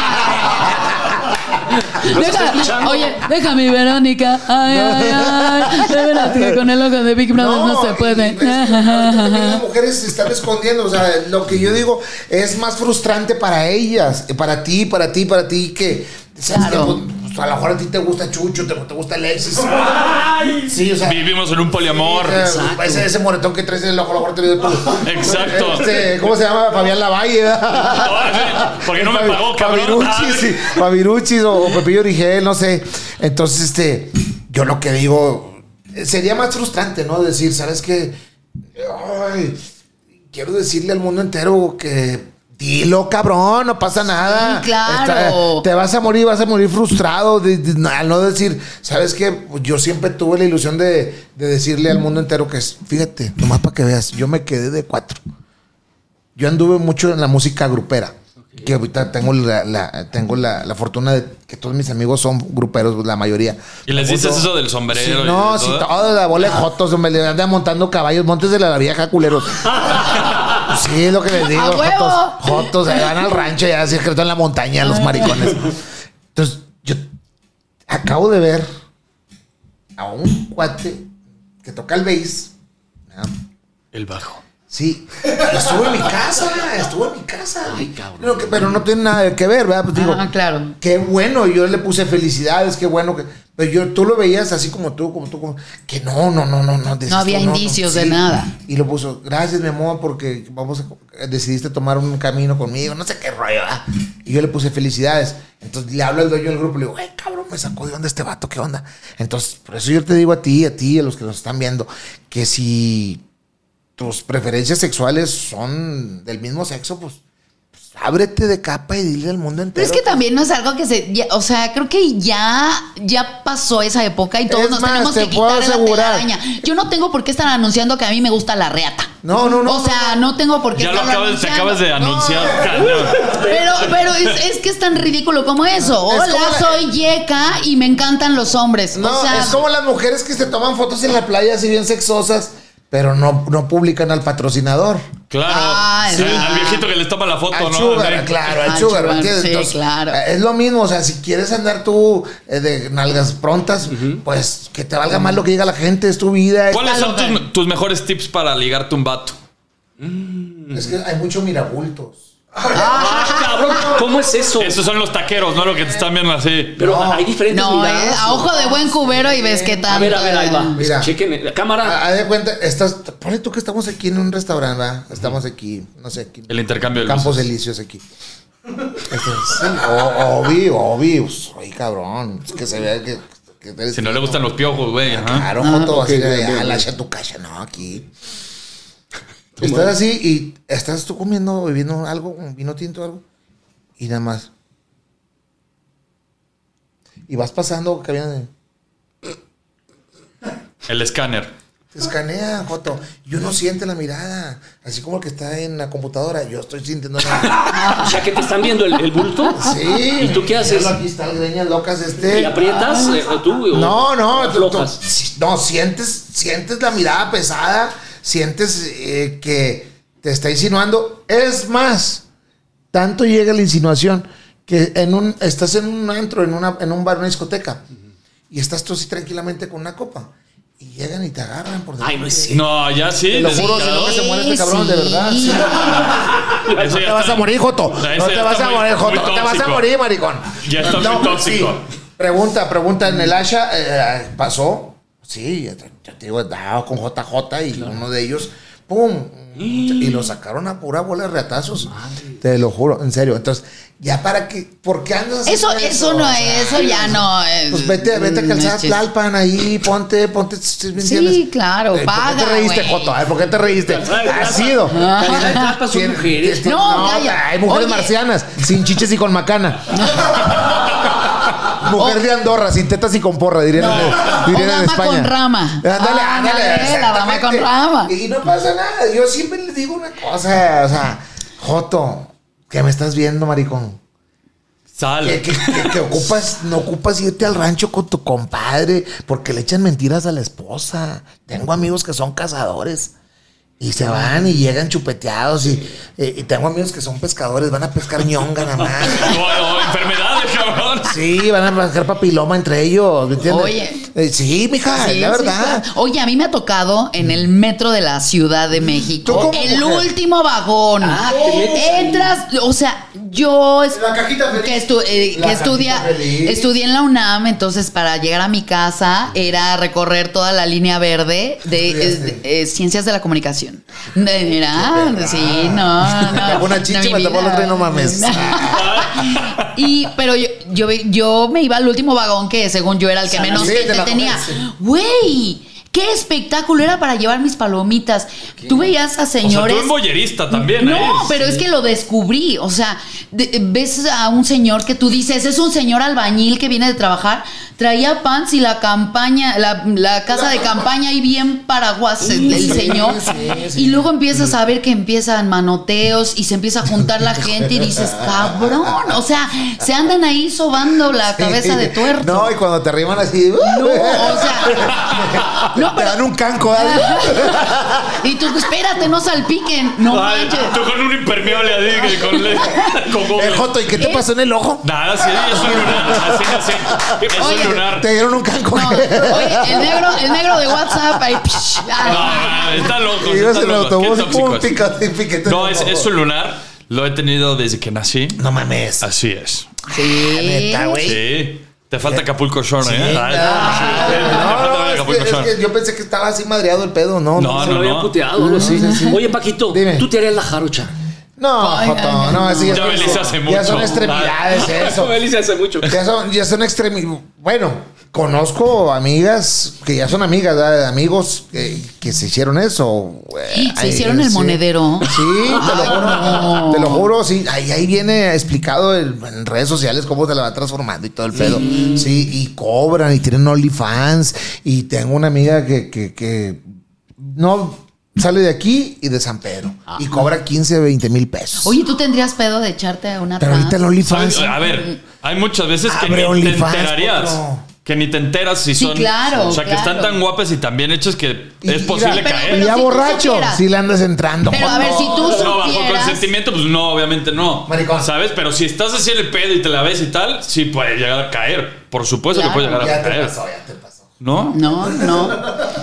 Speaker 4: ¿Lo está
Speaker 3: Deja-
Speaker 4: escuchando?
Speaker 3: oye, déjame, Verónica. Ay, ay, ay. De veras que con el ojo de Big Brother no, se
Speaker 2: y-
Speaker 3: puede.
Speaker 2: y- pues, es que ahorita también las mujeres se están escondiendo. O sea, lo que yo digo es más frustrante para ellas, eh, para ti, para ti, para ti, que ¿sabes
Speaker 3: Claro.
Speaker 2: qué? Pues, a lo mejor a ti te gusta Chucho, te, te gusta Alexis. Sí, o sea,
Speaker 1: Vivimos en un poliamor.
Speaker 2: O sea,
Speaker 4: Exacto.
Speaker 2: Ese, ese moretón que traes en el ojo, a lo mejor te lo dio tú.
Speaker 1: Exacto.
Speaker 2: Este, ¿Cómo se llama? Fabián Lavalle. ¿verdad?
Speaker 1: sí, porque no me
Speaker 2: Fabi-
Speaker 1: pagó, cabrón. Ah.
Speaker 2: Fabiruchis, sí, Fabiruchis o, o Pepillo Origel, no sé. Entonces, este, yo lo que digo, eh, sería más frustrante, ¿no? Decir, ¿sabes qué? Ay, quiero decirle al mundo entero que. Dilo, cabrón, no pasa nada.
Speaker 3: Sí, claro.
Speaker 2: te vas a morir, vas a morir frustrado de- de- no- al no decir, ¿sabes qué? Yo siempre tuve la ilusión de, de decirle al mundo entero que es, fíjate, nomás para que veas, yo me quedé de cuatro. Yo anduve mucho en la música grupera. Que ahorita tengo la, la- tengo la, la fortuna de que todos mis amigos son gruperos, pues, la mayoría.
Speaker 1: Y les dices
Speaker 2: Junto-
Speaker 1: eso del sombrero
Speaker 2: Sí,
Speaker 1: y de
Speaker 2: no,
Speaker 1: todo.
Speaker 2: si toda la bola de jotos, hombre, le andan montando caballos, montes de la, la vieja culeros. sí, es lo que les digo.
Speaker 3: ¡A huevo!
Speaker 2: Jotos, jotos, se van al rancho ya secreto en la montaña, los maricones. Entonces, yo acabo de ver a un cuate que toca el bass. ¿no?
Speaker 1: El bajo.
Speaker 2: Sí, estuvo en mi casa, estuvo en mi casa.
Speaker 4: Ay, cabrón.
Speaker 2: No, que- pero no tiene nada que ver, ¿verdad? Pues digo,
Speaker 3: Ah, claro.
Speaker 2: qué bueno, yo le puse felicidades, qué bueno que... Pero yo, tú lo veías así como tú, como tú, como- que no, no, no, no, no. decías
Speaker 3: No había
Speaker 2: tú,
Speaker 3: indicios de nada.
Speaker 2: Y lo puso, gracias mi amor, porque vamos a- eh, decidiste tomar un camino conmigo, no sé qué rollo, ¿verdad? Y yo le puse felicidades. Entonces le hablo al dueño del grupo, le digo, ay, cabrón, me sacó de onda este vato, ¿qué onda? Entonces, por eso yo te digo a ti, a ti, a los que nos están viendo, que si tus preferencias sexuales son del mismo sexo, pues, pues, ábrete de capa y dile al mundo entero.
Speaker 3: Pero es que también no es algo que se. ya- o sea, creo que ya, ya pasó esa época y todos
Speaker 2: Es
Speaker 3: nos
Speaker 2: más,
Speaker 3: tenemos
Speaker 2: te
Speaker 3: que
Speaker 2: puedo
Speaker 3: quitar la
Speaker 2: asegurar.
Speaker 3: telaraña. Yo no tengo por qué estar anunciando que a mí me gusta la reata.
Speaker 2: No, no, no.
Speaker 3: O sea, no tengo por qué
Speaker 1: Ya lo
Speaker 3: estarlo
Speaker 1: acabas, te
Speaker 3: anunciando.
Speaker 1: acabas de anunciar. cañón.
Speaker 3: Pero, pero es, es que es tan ridículo como eso.
Speaker 2: Es
Speaker 3: Hola,
Speaker 2: como la-
Speaker 3: soy Yeka y me encantan los hombres.
Speaker 2: No,
Speaker 3: o sea,
Speaker 2: es como las mujeres que se toman fotos en la playa así bien sexosas, pero no, no publican al patrocinador.
Speaker 1: Claro.
Speaker 3: Ah,
Speaker 1: Sí,
Speaker 3: exacto.
Speaker 1: al viejito que les toma la foto,
Speaker 2: Al
Speaker 1: ¿no?
Speaker 2: sugar,
Speaker 1: Así.
Speaker 2: claro, al
Speaker 3: Al
Speaker 2: sugar,
Speaker 3: sugar,
Speaker 2: ¿entiendes?
Speaker 3: sí,
Speaker 2: Entonces,
Speaker 3: claro.
Speaker 2: eh, Es lo mismo, o sea, si quieres andar tú eh, de nalgas prontas, pues que te valga más lo que diga la gente, es tu vida. es-
Speaker 1: ¿Cuáles son
Speaker 3: Dialogar.
Speaker 1: tus, tus mejores tips para ligarte un vato?
Speaker 2: Es que hay mucho mirabultos.
Speaker 4: Ah, Cabrón, ¿cómo es eso?
Speaker 1: Esos son los taqueros, ¿no? Lo que te están viendo así.
Speaker 4: Pero hay diferentes
Speaker 3: no,
Speaker 4: miradas,
Speaker 3: eh, a
Speaker 4: ¿no?
Speaker 3: ojo de buen eh. cubero y ves qué tal.
Speaker 4: A ver, a ver, ahí va.
Speaker 2: Mira.
Speaker 4: Chequen, eh, cámara.
Speaker 2: Ah, Haz de cuenta, estás, ponle tú que estamos aquí en un restaurante, ¿verdad? estamos aquí, no sé, aquí.
Speaker 1: El intercambio de
Speaker 2: Campos
Speaker 1: luces.
Speaker 2: Elíseos aquí. Este, sí, o- obvio, obvio. Soy cabrón. Es que se vea que. que eres-
Speaker 1: Si no le gustan los piojos, güey. ajá.
Speaker 2: Claro, Joto, así de, "Ah, lacha tu casa, no, aquí. Estás así y estás tú comiendo, bebiendo algo, un vino tinto o algo, y nada más. Y vas pasando, caminando.
Speaker 1: El escáner.
Speaker 2: Te escanea, Joto. Y uno siente la mirada. Así como el que está en la computadora. Yo estoy sintiendo la
Speaker 4: O sea, que te están viendo el, el bulto.
Speaker 2: Ah. Sí.
Speaker 4: ¿Y tú qué haces?
Speaker 2: Aquí está el greñas locas este.
Speaker 4: ¿Y aprietas eh, tú? o
Speaker 2: No, no, tú- tú-
Speaker 4: aflojas?
Speaker 2: si- no, sientes, sientes la mirada pesada, sientes eh, que te está insinuando. Es más, tanto llega la insinuación que en un, estás en un antro, en, una, en un bar, una discoteca, y estás tú así tranquilamente con una copa. y llegan y te agarran por
Speaker 4: Ay, no es cierto.
Speaker 1: No, ya sí.
Speaker 2: Te lo juro, si
Speaker 1: desesperado.
Speaker 2: no se muere este
Speaker 3: Sí,
Speaker 2: cabrón, de
Speaker 3: sí.
Speaker 2: verdad.
Speaker 1: Ese
Speaker 2: sí. No
Speaker 1: ya
Speaker 2: te
Speaker 1: está-
Speaker 2: vas a morir, Joto.
Speaker 1: Ese
Speaker 2: No
Speaker 1: ya
Speaker 2: te
Speaker 1: está
Speaker 2: vas a
Speaker 1: muy-
Speaker 2: morir, Joto.
Speaker 1: muy
Speaker 2: No te vas a
Speaker 1: tóxico.
Speaker 2: morir, maricón.
Speaker 1: Ya está
Speaker 2: No, pues
Speaker 1: muy tóxico.
Speaker 2: sí. Pregunta, pregunta en el Asha. eh, ¿Pasó? Sí, yo te- yo te digo, dado con JJ y uno de ellos, ¡pum! Y lo sacaron a pura bola de reatazos. Te lo juro, en serio. Entonces, ya para qué, ¿por qué andas
Speaker 3: Eso,
Speaker 2: haciendo
Speaker 3: eso no,
Speaker 2: O sea,
Speaker 3: eso ya no. eh,
Speaker 2: Pues vete, vete a calzar
Speaker 3: manches.
Speaker 2: Tlalpan ahí, ponte, ponte, ¿sí me
Speaker 3: Sí,
Speaker 2: entiendes?
Speaker 3: claro,
Speaker 2: Eh, ¿Por qué
Speaker 3: paga,
Speaker 2: te reíste,
Speaker 3: güey. Ah.
Speaker 2: Joto? Ay, ¿Por qué te reíste?
Speaker 4: Calzada de
Speaker 2: Has
Speaker 4: Tlalpan.
Speaker 2: sido.
Speaker 4: Calzada de Tlalpan son
Speaker 2: Tien-
Speaker 4: mujeres.
Speaker 2: tien-
Speaker 3: No, calla.
Speaker 2: Hay mujeres
Speaker 3: Oye.
Speaker 2: marcianas, sin chiches y con macana. Mujer de Andorra, sin tetas y con porra, dirían, en- dirían
Speaker 3: O
Speaker 2: en
Speaker 3: dama
Speaker 2: España.
Speaker 3: con rama.
Speaker 2: Ándale,
Speaker 3: Ah,
Speaker 2: ándale.
Speaker 3: ándale, la dama con
Speaker 2: exactamente.
Speaker 3: rama.
Speaker 2: Y no pasa nada. Yo siempre les digo una cosa, o sea, Joto, que me estás viendo, maricón
Speaker 1: Sal.
Speaker 2: que, que- que- que ocupas, no ocupas irte al rancho con tu compadre porque le echan mentiras a la esposa. Tengo amigos que son cazadores y se van y llegan chupeteados y, eh, y- y tengo amigos que son pescadores, van a pescar ñonga nada más.
Speaker 1: O, o enfermedades, cabrón.
Speaker 2: Sí, van a pescar papiloma entre ellos, ¿me entiendes?
Speaker 3: Oye.
Speaker 2: Eh, sí, mija,
Speaker 3: Sí,
Speaker 2: la
Speaker 3: sí,
Speaker 2: verdad.
Speaker 3: claro. Oye, a mí me ha tocado en el metro de la Ciudad de México.
Speaker 2: ¿Tú cómo,
Speaker 3: el
Speaker 2: mujer?
Speaker 3: último vagón.
Speaker 4: Ah, te metes ahí.
Speaker 3: Entras, o sea, yo es-
Speaker 2: La cajita feliz.
Speaker 3: que, estu- eh,
Speaker 2: La
Speaker 3: que estudia,
Speaker 2: cajita feliz.
Speaker 3: estudié en la UNAM, entonces para llegar a mi casa era recorrer toda la línea verde de
Speaker 2: Estudiaste.
Speaker 3: eh, eh, ciencias de la comunicación. De- Mira,
Speaker 2: perra.
Speaker 3: sí, no,
Speaker 2: Me
Speaker 3: no.
Speaker 2: tapó una
Speaker 3: no,
Speaker 2: chicha
Speaker 3: mi
Speaker 2: y me tapó
Speaker 3: vida.
Speaker 2: la otra y no mames.
Speaker 3: Y, pero yo, yo, yo me iba al último vagón que según yo era el que menos
Speaker 2: sí,
Speaker 3: gente
Speaker 2: de la
Speaker 3: tenía.
Speaker 2: comerse.
Speaker 3: Güey, qué espectáculo era para llevar mis palomitas. Tú veías a
Speaker 1: O sea, tú
Speaker 3: señores.
Speaker 1: eres bollerista también,
Speaker 3: no,
Speaker 1: ¿eh?
Speaker 3: pero es que lo descubrí. O sea, de- ves a un señor que tú dices, es un señor albañil que viene de trabajar, traía pants y la campaña, la, la casa de campaña ahí bien paraguas el, el señor. Y luego empiezas a ver que empiezan manoteos y se empieza a juntar la gente y dices, cabrón. O sea, se andan ahí sobando la cabeza de tuerto.
Speaker 2: No, y cuando te arriman así.
Speaker 3: No, o sea, no,
Speaker 2: te
Speaker 3: pero-
Speaker 2: dan un canco, ¿eh?
Speaker 3: y tú, espérate, no salpiquen. No
Speaker 1: Ay,
Speaker 3: manches.
Speaker 1: tú con un impermeable así, que con, le- con
Speaker 2: Eh,
Speaker 1: gobles.
Speaker 2: Joto, ¿y qué te pasó en el ojo?
Speaker 1: Nada, sí, es un lunar. Así, así. Es
Speaker 3: Oye,
Speaker 1: un lunar.
Speaker 2: Te dieron un canco.
Speaker 3: No, oye, el negro, el negro de WhatsApp ahí. psh, ay,
Speaker 1: No, no, está loco.
Speaker 2: Y ibas
Speaker 1: está
Speaker 2: en el
Speaker 1: loco. Qué
Speaker 2: autobús y
Speaker 1: tóxico
Speaker 2: pum,
Speaker 1: es.
Speaker 2: pícate, pícate.
Speaker 1: No, es, es un lunar. Lo he tenido desde que nací.
Speaker 2: No mames.
Speaker 1: Así es.
Speaker 3: Sí.
Speaker 2: Neta, güey.
Speaker 1: Sí. Te falta Acapulco Shore, ¿eh? Ay, sí, te
Speaker 2: No,
Speaker 1: falta
Speaker 2: no,
Speaker 1: ver
Speaker 2: Ah, es que-
Speaker 1: Acapulco
Speaker 2: es
Speaker 1: Shore.
Speaker 2: que yo pensé que estaba así madreado el pedo, ¿no?
Speaker 1: Ah, No,
Speaker 4: Se lo
Speaker 1: no,
Speaker 4: había
Speaker 1: no.
Speaker 4: puteado, ¿no? Oye, Paquito,
Speaker 2: Dime.
Speaker 4: tú te harías la jarocha.
Speaker 2: No,
Speaker 3: Ay,
Speaker 2: Joto,
Speaker 3: ay,
Speaker 2: no,
Speaker 3: no.
Speaker 2: así es
Speaker 1: Ya me
Speaker 2: que-
Speaker 1: les hace
Speaker 2: Ya
Speaker 1: mucho.
Speaker 2: son extremidades, eso.
Speaker 4: Él dice hace mucho.
Speaker 2: Ya son, ya son extremi- Bueno, conozco amigas que ya son amigas, ¿verdad? amigos que, que se hicieron eso. eh,
Speaker 3: ¿Se
Speaker 2: ahí,
Speaker 3: hicieron el
Speaker 2: sí.
Speaker 3: monedero?
Speaker 2: Sí, te lo
Speaker 3: Ay,
Speaker 2: juro.
Speaker 3: no.
Speaker 2: Te lo juro, sí. Ahí, ahí viene explicado el- en redes sociales cómo te la va transformando y todo el pedo. Sí, y cobran y tienen OnlyFans. Y tengo una amiga que, que, que no sale de aquí y de San Pedro. Y cobra 15, 20 mil pesos.
Speaker 3: Oye, ¿tú tendrías pedo de echarte a una
Speaker 2: pero ahorita el
Speaker 3: trans?
Speaker 2: OnlyFans.
Speaker 1: ¿Sabes? A ver, hay muchas veces que
Speaker 2: Abre
Speaker 1: ni te
Speaker 2: OnlyFans,
Speaker 1: enterarías.
Speaker 2: potro.
Speaker 1: Que ni te enteras si
Speaker 3: Sí,
Speaker 1: son.
Speaker 3: claro,
Speaker 1: O sea, que
Speaker 3: claro.
Speaker 1: están tan guapas y tan bien hechas que
Speaker 2: Y-
Speaker 1: es
Speaker 2: y-
Speaker 1: posible
Speaker 2: pero-
Speaker 1: caer.
Speaker 2: Y
Speaker 3: Pero
Speaker 2: ya
Speaker 3: si tú
Speaker 2: borracho,
Speaker 3: supieras-
Speaker 2: si le andas entrando.
Speaker 3: Pero a ver, si tú
Speaker 1: No, bajo
Speaker 3: supieras.
Speaker 1: consentimiento, pues no, obviamente no.
Speaker 2: Maricón.
Speaker 1: ¿Sabes? Pero si estás así en el pedo y te la ves y tal, sí puede llegar a caer. Por supuesto que
Speaker 3: Claro.
Speaker 1: puede llegar a
Speaker 2: Ya te
Speaker 1: caer.
Speaker 2: pasó, ya te pasó.
Speaker 1: ¿No?
Speaker 3: No, no.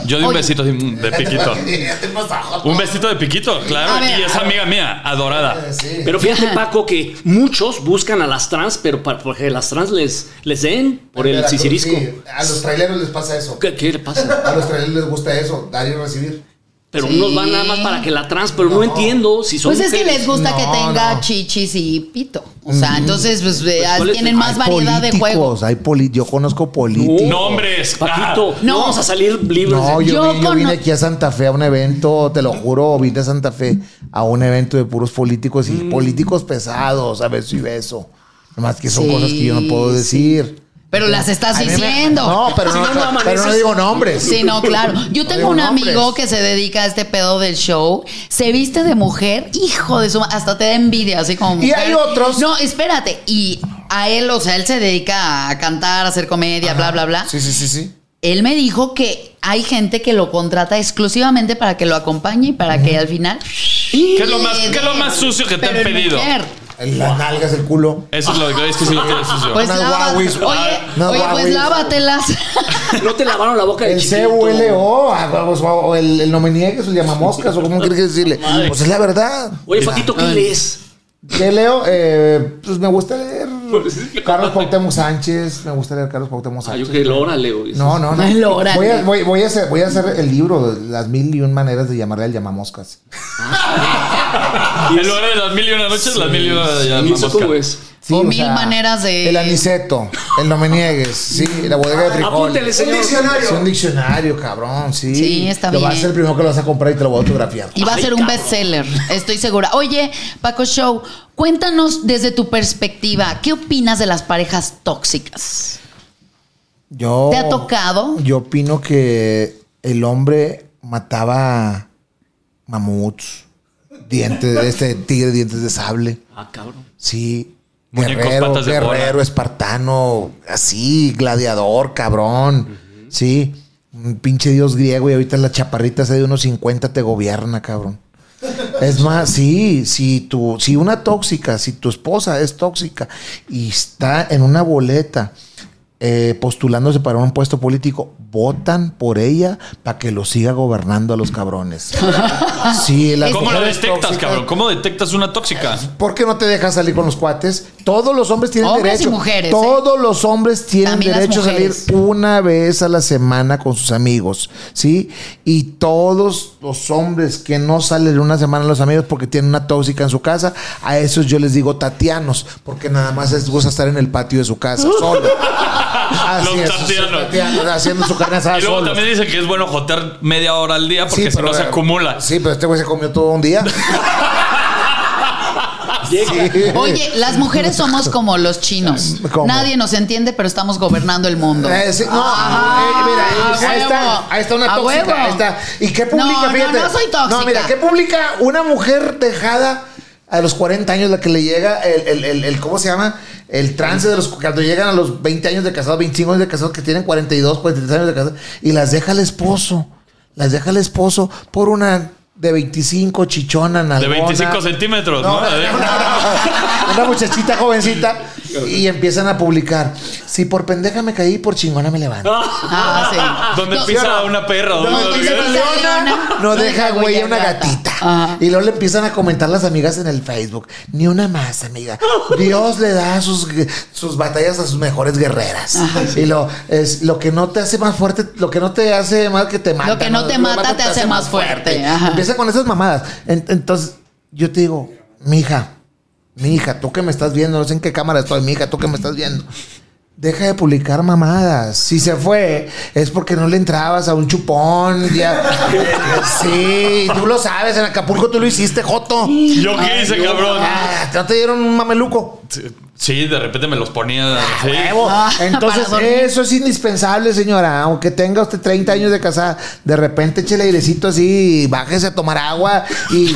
Speaker 1: Yo di un
Speaker 3: Oye.
Speaker 1: besito así, mm, de piquito.
Speaker 2: Ya te pasó.
Speaker 1: Un besito de piquito,
Speaker 3: A
Speaker 1: claro.
Speaker 3: ver,
Speaker 1: y es
Speaker 3: a ver.
Speaker 1: amiga mía, adorada.
Speaker 2: Sí.
Speaker 4: Pero fíjate, Paco, que muchos buscan a las trans, pero para, porque las trans les, les den por el
Speaker 2: Veracruz,
Speaker 4: sicirisco.
Speaker 2: sí, a los traileros les pasa eso.
Speaker 4: ¿Qué, qué le pasa?
Speaker 2: A los traileros les gusta eso, dar y recibir.
Speaker 4: Pero
Speaker 3: Sí.
Speaker 4: unos van nada más para que la trans, pero no, entiendo si son
Speaker 3: Pues es que
Speaker 4: mujeres.
Speaker 3: les gusta que
Speaker 2: No,
Speaker 3: tenga
Speaker 2: no.
Speaker 3: chichis y pito. O sea, entonces pues, eh,
Speaker 4: ¿cuál es
Speaker 3: tienen
Speaker 4: el-
Speaker 3: más
Speaker 2: Hay
Speaker 3: variedad de juegos.
Speaker 2: políticos, Hay poli- yo conozco políticos.
Speaker 1: Nombres.
Speaker 4: Paquito,
Speaker 1: Ah.
Speaker 4: no.
Speaker 3: No.
Speaker 4: vamos a salir libres.
Speaker 2: No, yo,
Speaker 3: Yo
Speaker 2: vi- yo vine
Speaker 3: cono-
Speaker 2: aquí a Santa Fe a un evento, te lo juro, vine a Santa Fe a un evento de puros políticos y políticos pesados, a ver si beso. Nomás que son
Speaker 3: Sí,
Speaker 2: cosas que yo no puedo
Speaker 3: sí.
Speaker 2: decir.
Speaker 3: Pero las estás
Speaker 2: A mí me-
Speaker 3: diciendo.
Speaker 2: No, pero
Speaker 4: Si
Speaker 2: no,
Speaker 4: no, no amaneces.
Speaker 2: pero no digo nombres.
Speaker 3: Sí, no, claro. Yo
Speaker 2: No
Speaker 3: tengo
Speaker 2: digo
Speaker 3: un
Speaker 2: nombres.
Speaker 3: amigo que se dedica a este pedo del show. Se viste de mujer, hijo de su ma- hasta te da envidia, así como.
Speaker 2: Y
Speaker 3: mujer.
Speaker 2: hay otros.
Speaker 3: No, espérate. Y a él, o sea, él se dedica a cantar, a hacer comedia, bla, bla, bla.
Speaker 2: Sí, sí, sí, sí.
Speaker 3: Él me dijo que hay gente que lo contrata exclusivamente para que lo acompañe y para que al final.
Speaker 1: ¿Qué es lo más- qué es lo más sucio que te han
Speaker 3: Pero en
Speaker 1: pedido?
Speaker 3: mujer.
Speaker 2: Las nalgas, el culo.
Speaker 1: Eso es lo que es que sí lo quiero decir yo.
Speaker 3: Pues
Speaker 2: Unas
Speaker 3: lávate-
Speaker 2: guauis.
Speaker 3: Oye,
Speaker 2: Unas
Speaker 3: oye,
Speaker 2: guauis.
Speaker 3: pues lávatelas.
Speaker 4: No te lavaron la boca de
Speaker 2: El
Speaker 4: chiquito.
Speaker 2: CULO, ah, vamos, o el, el no me niegues, o llama moscas, o como quieres decirle.
Speaker 4: Madre.
Speaker 2: Pues es la verdad.
Speaker 4: Oye, Paquito,
Speaker 2: Ah,
Speaker 4: ¿qué lees?
Speaker 2: ¿Qué leo? Eh, pues me gusta leer
Speaker 4: Pues es que-
Speaker 2: Carlos Cuauhtémoc Sánchez. Me gusta leer Carlos Cuauhtémoc
Speaker 4: Ah,
Speaker 2: Sánchez.
Speaker 4: yo que lo órale, güey.
Speaker 2: No, no,
Speaker 3: Ay, lo
Speaker 2: no.
Speaker 3: órale.
Speaker 2: Voy a, voy, voy a hacer, voy a hacer el libro, las mil y un maneras de llamarle al llamamoscas.
Speaker 1: En lugar de las mil y una noches, las mil y una ya
Speaker 4: ¿Y eso
Speaker 1: vamos,
Speaker 4: cómo
Speaker 1: cara.
Speaker 4: es?
Speaker 3: O mil maneras de-
Speaker 2: El aniceto, el no me niegues, sí, la bodega de frijoles.
Speaker 4: Apúntele, señor. Un
Speaker 2: diccionario. un diccionario, cabrón, sí.
Speaker 3: Sí, está
Speaker 2: Lo vas a
Speaker 3: bien.
Speaker 2: ser el primero que lo vas a comprar y te lo voy a autografiar.
Speaker 3: Y va a
Speaker 4: Ay,
Speaker 3: ser un
Speaker 4: cabrón.
Speaker 3: bestseller, estoy segura. Oye, Paco Show, cuéntanos desde tu perspectiva, ¿qué opinas de las parejas tóxicas?
Speaker 2: Yo,
Speaker 3: ¿Te ha tocado?
Speaker 2: Yo opino que el hombre mataba mamuts, dientes de este tigre, dientes de sable.
Speaker 4: Ah, cabrón.
Speaker 2: Sí.
Speaker 1: Muñecos,
Speaker 2: guerrero,
Speaker 1: patas de
Speaker 2: guerrero,
Speaker 1: bola.
Speaker 2: espartano, así, gladiador, cabrón. Sí. Un pinche dios griego y ahorita la chaparrita esa de unos 50 te gobierna, cabrón. Es más, sí, si tu, si una tóxica, si tu esposa es tóxica y está en una boleta eh, postulándose para un puesto político, votan por ella para que lo siga gobernando a los cabrones. Sí, las
Speaker 1: ¿Cómo lo
Speaker 2: mujeres
Speaker 1: detectas,
Speaker 2: tóxicas-
Speaker 1: cabrón? ¿Cómo detectas una tóxica?
Speaker 2: ¿Por qué no te dejas salir con los cuates? Todos los hombres tienen
Speaker 3: Hombres y
Speaker 2: derecho.
Speaker 3: mujeres, ¿eh?
Speaker 2: Todos los hombres tienen
Speaker 3: También las
Speaker 2: derecho a salir
Speaker 3: mujeres.
Speaker 2: una vez a la semana con sus amigos, ¿sí? Y todos los hombres que no salen una semana a los amigos porque tienen una tóxica en su casa, a esos yo les digo tatianos, porque nada más les gusta estar en el patio de su casa solo. Así
Speaker 1: Los
Speaker 2: es,
Speaker 1: tatianos.
Speaker 2: tatianos, haciendo su carne asada
Speaker 1: Y luego
Speaker 2: solos.
Speaker 1: también dicen que es bueno jotear media hora al día porque si
Speaker 2: pero,
Speaker 1: no se
Speaker 2: eh,
Speaker 1: acumula.
Speaker 2: Sí, pero este güey se comió todo un día. Sí.
Speaker 3: Oye, las mujeres somos como los chinos.
Speaker 2: ¿Cómo?
Speaker 3: Nadie nos entiende, pero estamos gobernando el mundo.
Speaker 2: Eh, sí, no,
Speaker 3: Ah,
Speaker 2: eh, mira,
Speaker 3: a
Speaker 2: ahí,
Speaker 3: huevo.
Speaker 2: está, ahí está una
Speaker 3: A
Speaker 2: tóxica.
Speaker 3: huevo.
Speaker 2: ahí está. ¿Y qué
Speaker 3: No,
Speaker 2: publica?
Speaker 3: no,
Speaker 2: Fíjate.
Speaker 3: no soy tóxica.
Speaker 2: No, mira, ¿qué publica una mujer dejada a los 40 años, la que le llega el, el- el- el- ¿cómo se llama? El trance de los, cuando llegan a los 20 años de casados, 25 años de casados, que tienen 42, 43 años de casados, y las deja el esposo, las deja el esposo por una de 25 chichona,
Speaker 1: De
Speaker 2: nalgona.
Speaker 1: 25 centímetros, ¿no?
Speaker 2: No, no, no, no. Una muchachita jovencita y empiezan a publicar. Si por pendeja me caí, por chingona me levanto.
Speaker 3: Ah, sí.
Speaker 1: Donde
Speaker 3: No,
Speaker 1: pisa una perra. o
Speaker 3: no,
Speaker 1: una-
Speaker 3: entonces
Speaker 1: ¿verdad?
Speaker 3: pisa leona,
Speaker 2: No deja huella una gatita.
Speaker 3: Ajá.
Speaker 2: Y luego le empiezan a comentar las amigas en el Facebook. Ni una más, amiga. Dios le da sus, sus batallas a sus mejores guerreras. Y lo, es, lo que no te hace más fuerte, lo que no te hace más que te mata.
Speaker 3: que no te mata te hace más fuerte. Ajá.
Speaker 2: Empieza con esas mamadas. En- entonces, yo te digo, mija, mi hija, tú que me estás viendo, no sé en qué cámara estoy, mi hija, tú que me estás viendo. Deja de publicar mamadas. Si se fue, es porque no le entrabas a un chupón. Ya. Sí, tú lo sabes, en Acapulco tú lo hiciste, Joto.
Speaker 1: ¿Yo qué hice, cabrón?
Speaker 2: Ah, ¿No te dieron un mameluco?
Speaker 1: Sí, de repente me los ponía. sí.
Speaker 2: Huevo.
Speaker 3: Ah,
Speaker 2: Entonces,
Speaker 3: para dormir.
Speaker 2: eso es indispensable, señora. Aunque tenga usted 30 años de casada, de repente eche el airecito así, y bájese a tomar agua. Y sí,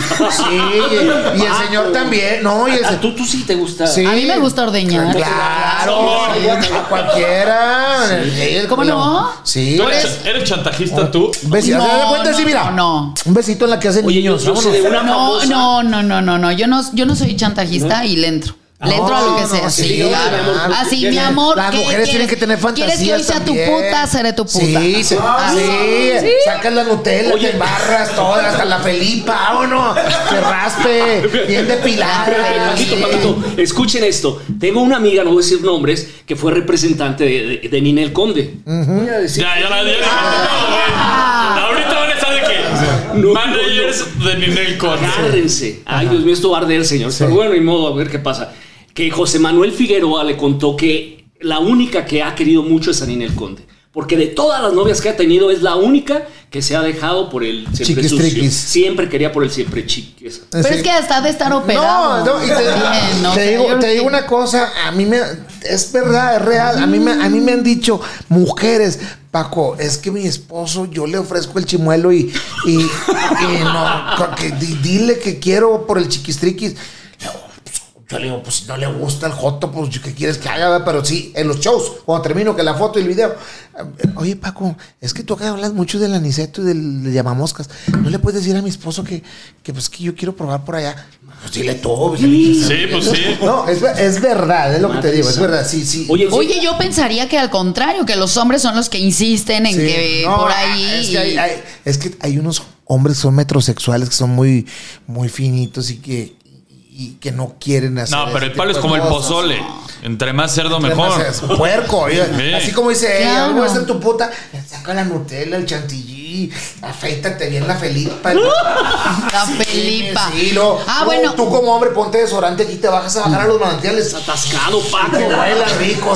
Speaker 2: y, y el señor también, ¿no? Y el se-
Speaker 4: Ah, tú, tú sí te gusta.
Speaker 2: Sí.
Speaker 3: A mí me gusta ordeñar.
Speaker 2: Claro,
Speaker 1: Sí.
Speaker 2: sí, a cualquiera. Sí,
Speaker 3: ¿Cómo no?
Speaker 2: Sí.
Speaker 1: ¿Tú eres, eres chantajista tú?
Speaker 2: Un besito.
Speaker 3: No,
Speaker 2: ¿Te das cuenta?
Speaker 3: no,
Speaker 2: Sí, mira.
Speaker 3: no, no.
Speaker 2: Un besito en la que hacen
Speaker 4: Oye, yo,
Speaker 2: niños.
Speaker 4: yo sé de una
Speaker 3: No,
Speaker 4: famosa.
Speaker 3: no, no, no, no, no. Yo no, yo no soy chantajista y le entro. Le entro
Speaker 4: Ah,
Speaker 3: a lo que
Speaker 2: No,
Speaker 3: sea.
Speaker 2: no,
Speaker 3: sí,
Speaker 2: sí,
Speaker 3: claro.
Speaker 4: mi amor.
Speaker 3: Así, mi amor.
Speaker 2: Las
Speaker 3: ¿qué
Speaker 2: mujeres tienen
Speaker 3: quieres?
Speaker 2: que tener fantasías
Speaker 3: ¿Quieres que hoy sea tu
Speaker 2: también.
Speaker 3: puta? Seré tu puta. Ah,
Speaker 2: Sí, se- sí. Sacas la Nutella,
Speaker 4: Oye.
Speaker 2: te embarras todas, hasta la Felipa, vámonos. Se raspe, bien
Speaker 4: Espérate,
Speaker 2: depilada.
Speaker 4: Paquito,
Speaker 2: sí.
Speaker 4: Paquito, escuchen esto. Tengo una amiga, no voy a decir nombres, que fue representante de, de- de Ninel Conde. Voy a decir- Ah,
Speaker 1: Ya, ya la ya
Speaker 3: Ah.
Speaker 1: la- Ahorita van a estar de que
Speaker 4: No,
Speaker 1: managers de Ninel Conde.
Speaker 4: Agárrense. Ay, Dios mío, esto va a arder, señor. Pero bueno, ni modo, a ver qué pasa. Que José Manuel Figueroa le contó que la única que ha querido mucho es a Ninel Conde. Porque de todas las novias que ha tenido, es la única que se ha dejado por el siempre
Speaker 2: Chiquis
Speaker 4: sucio.
Speaker 2: triquis.
Speaker 4: Siempre quería por el siempre chiquis.
Speaker 3: Pero
Speaker 2: Sí.
Speaker 3: Pues es que hasta de estar operado.
Speaker 2: No, no, y te,
Speaker 3: Bien, no
Speaker 2: te
Speaker 3: sé, yo
Speaker 2: digo, te
Speaker 3: creo
Speaker 2: digo
Speaker 3: que-
Speaker 2: una cosa, a mí me es verdad, es real. A mí me, a mí me han dicho mujeres, Paco, es que mi esposo, yo le ofrezco el chimuelo y, y, y no, co- que di- dile que quiero por el chiquistriquis. Yo le digo, pues si no le gusta el Joto, pues ¿qué quieres que haga? verdad? Pero sí, en los shows, cuando termino que la foto y el video. eh, Oye, Paco, es que tú acá hablas mucho del aniceto y del, del llamamoscas. ¿No le puedes decir a mi esposo que, que pues que yo quiero probar por allá? Pues dile tú. pues,
Speaker 1: Sí, pues sí.
Speaker 2: No, es, ver- es verdad, es lo que te digo, es verdad, sí, sí.
Speaker 4: Oye,
Speaker 3: Oye, yo pensaría que al contrario, que los hombres son los que insisten en
Speaker 2: Sí,
Speaker 3: que
Speaker 2: no,
Speaker 3: por
Speaker 2: ah,
Speaker 3: ahí.
Speaker 2: Es que hay, hay- es que hay unos hombres que son metrosexuales que son muy, muy finitos y que, y que no quieren hacer.
Speaker 1: No, pero
Speaker 2: ese
Speaker 1: el palo es
Speaker 2: tipo de
Speaker 1: como el
Speaker 2: cosas.
Speaker 1: pozole. Entre más cerdo,
Speaker 2: Además,
Speaker 1: mejor.
Speaker 2: es Puerco. y-
Speaker 1: Sí.
Speaker 2: Así como dice ella,
Speaker 3: Claro.
Speaker 2: voy a ser tu puta. Saca la Nutella, el chantilly, afeítate bien la Felipa. La
Speaker 3: ¡Uh! Felipa.
Speaker 2: Sí, lo,
Speaker 3: Ah,
Speaker 2: lo-
Speaker 3: bueno.
Speaker 2: Tú como hombre ponte desodorante aquí, te bajas a bajar a los manantiales.
Speaker 4: atascado, Paco.
Speaker 2: Que huela rico,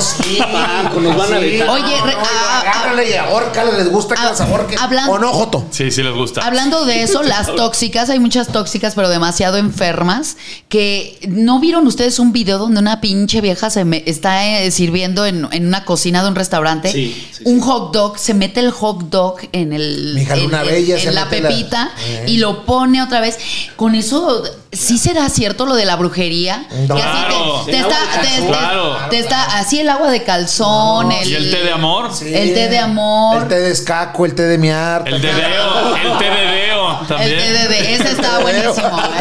Speaker 2: sí.
Speaker 4: Paco, nos van a
Speaker 2: Sí.
Speaker 4: vetar.
Speaker 3: Oye,
Speaker 2: No,
Speaker 3: re-
Speaker 2: no,
Speaker 3: ah,
Speaker 2: agárrale y ahórcale, les gusta que
Speaker 3: ah,
Speaker 2: las ahorquen.
Speaker 3: hablan-
Speaker 2: ¿O no, Joto?
Speaker 1: Sí, sí les gusta.
Speaker 3: Hablando de eso, las tóxicas, hay muchas tóxicas, pero demasiado enfermas, que no vieron ustedes un video donde una pinche vieja se me está eh, sirviendo en, en una cocina de un restaurante,
Speaker 4: Sí, sí, sí.
Speaker 3: un hot dog, se mete el hot dog en el
Speaker 2: Mija,
Speaker 3: en,
Speaker 2: Luna
Speaker 3: en-
Speaker 2: Bella
Speaker 3: en
Speaker 2: se
Speaker 3: la
Speaker 2: mete la-
Speaker 3: pepita
Speaker 2: Eh.
Speaker 3: y lo pone otra vez. Con eso, ¿sí será cierto lo de la brujería?
Speaker 2: No.
Speaker 3: Que así te-
Speaker 1: Claro.
Speaker 3: te, está, te- te-
Speaker 1: Claro.
Speaker 3: te está así el agua de calzón, el,
Speaker 1: ¿Y el té de amor?
Speaker 2: Sí.
Speaker 3: El té de amor.
Speaker 2: El té de escaco, el té de miar.
Speaker 1: El dedeo. El té dedeo
Speaker 3: El
Speaker 1: también.
Speaker 3: TDD, ese está buenísimo. ¿eh?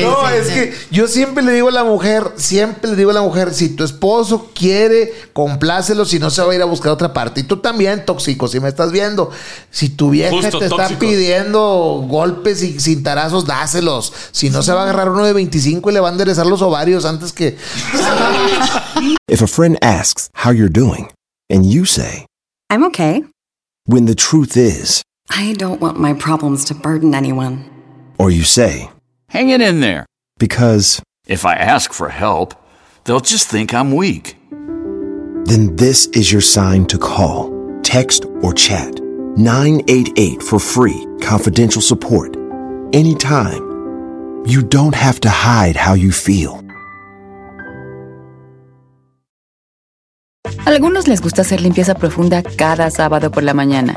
Speaker 2: No,
Speaker 3: Ese,
Speaker 2: es
Speaker 3: ese.
Speaker 2: que yo siempre le digo a la mujer, siempre le digo a la mujer, si tu esposo quiere, complácelo, si no se va a ir a buscar otra parte. Y tú también, tóxico, si me estás viendo, si tu vieja
Speaker 1: Justo,
Speaker 2: te está
Speaker 1: tóxico.
Speaker 2: pidiendo golpes y cintarazos, dáselos. Si no, se va a agarrar uno de 25 y le va a enderezar los ovarios antes que...
Speaker 5: If a friend asks how you're doing, and you say,
Speaker 6: I'm okay.
Speaker 5: when the truth is,
Speaker 6: I don't want my problems to burden anyone.
Speaker 5: or you say,
Speaker 7: Hanging in there.
Speaker 5: because,
Speaker 7: If I ask for help, they'll just think I'm weak.
Speaker 5: then this is your sign to call, text, or chat 988 for free, confidential support. Anytime. You don't have to hide how you feel.
Speaker 8: Algunos les gusta hacer limpieza profunda cada sábado por la mañana.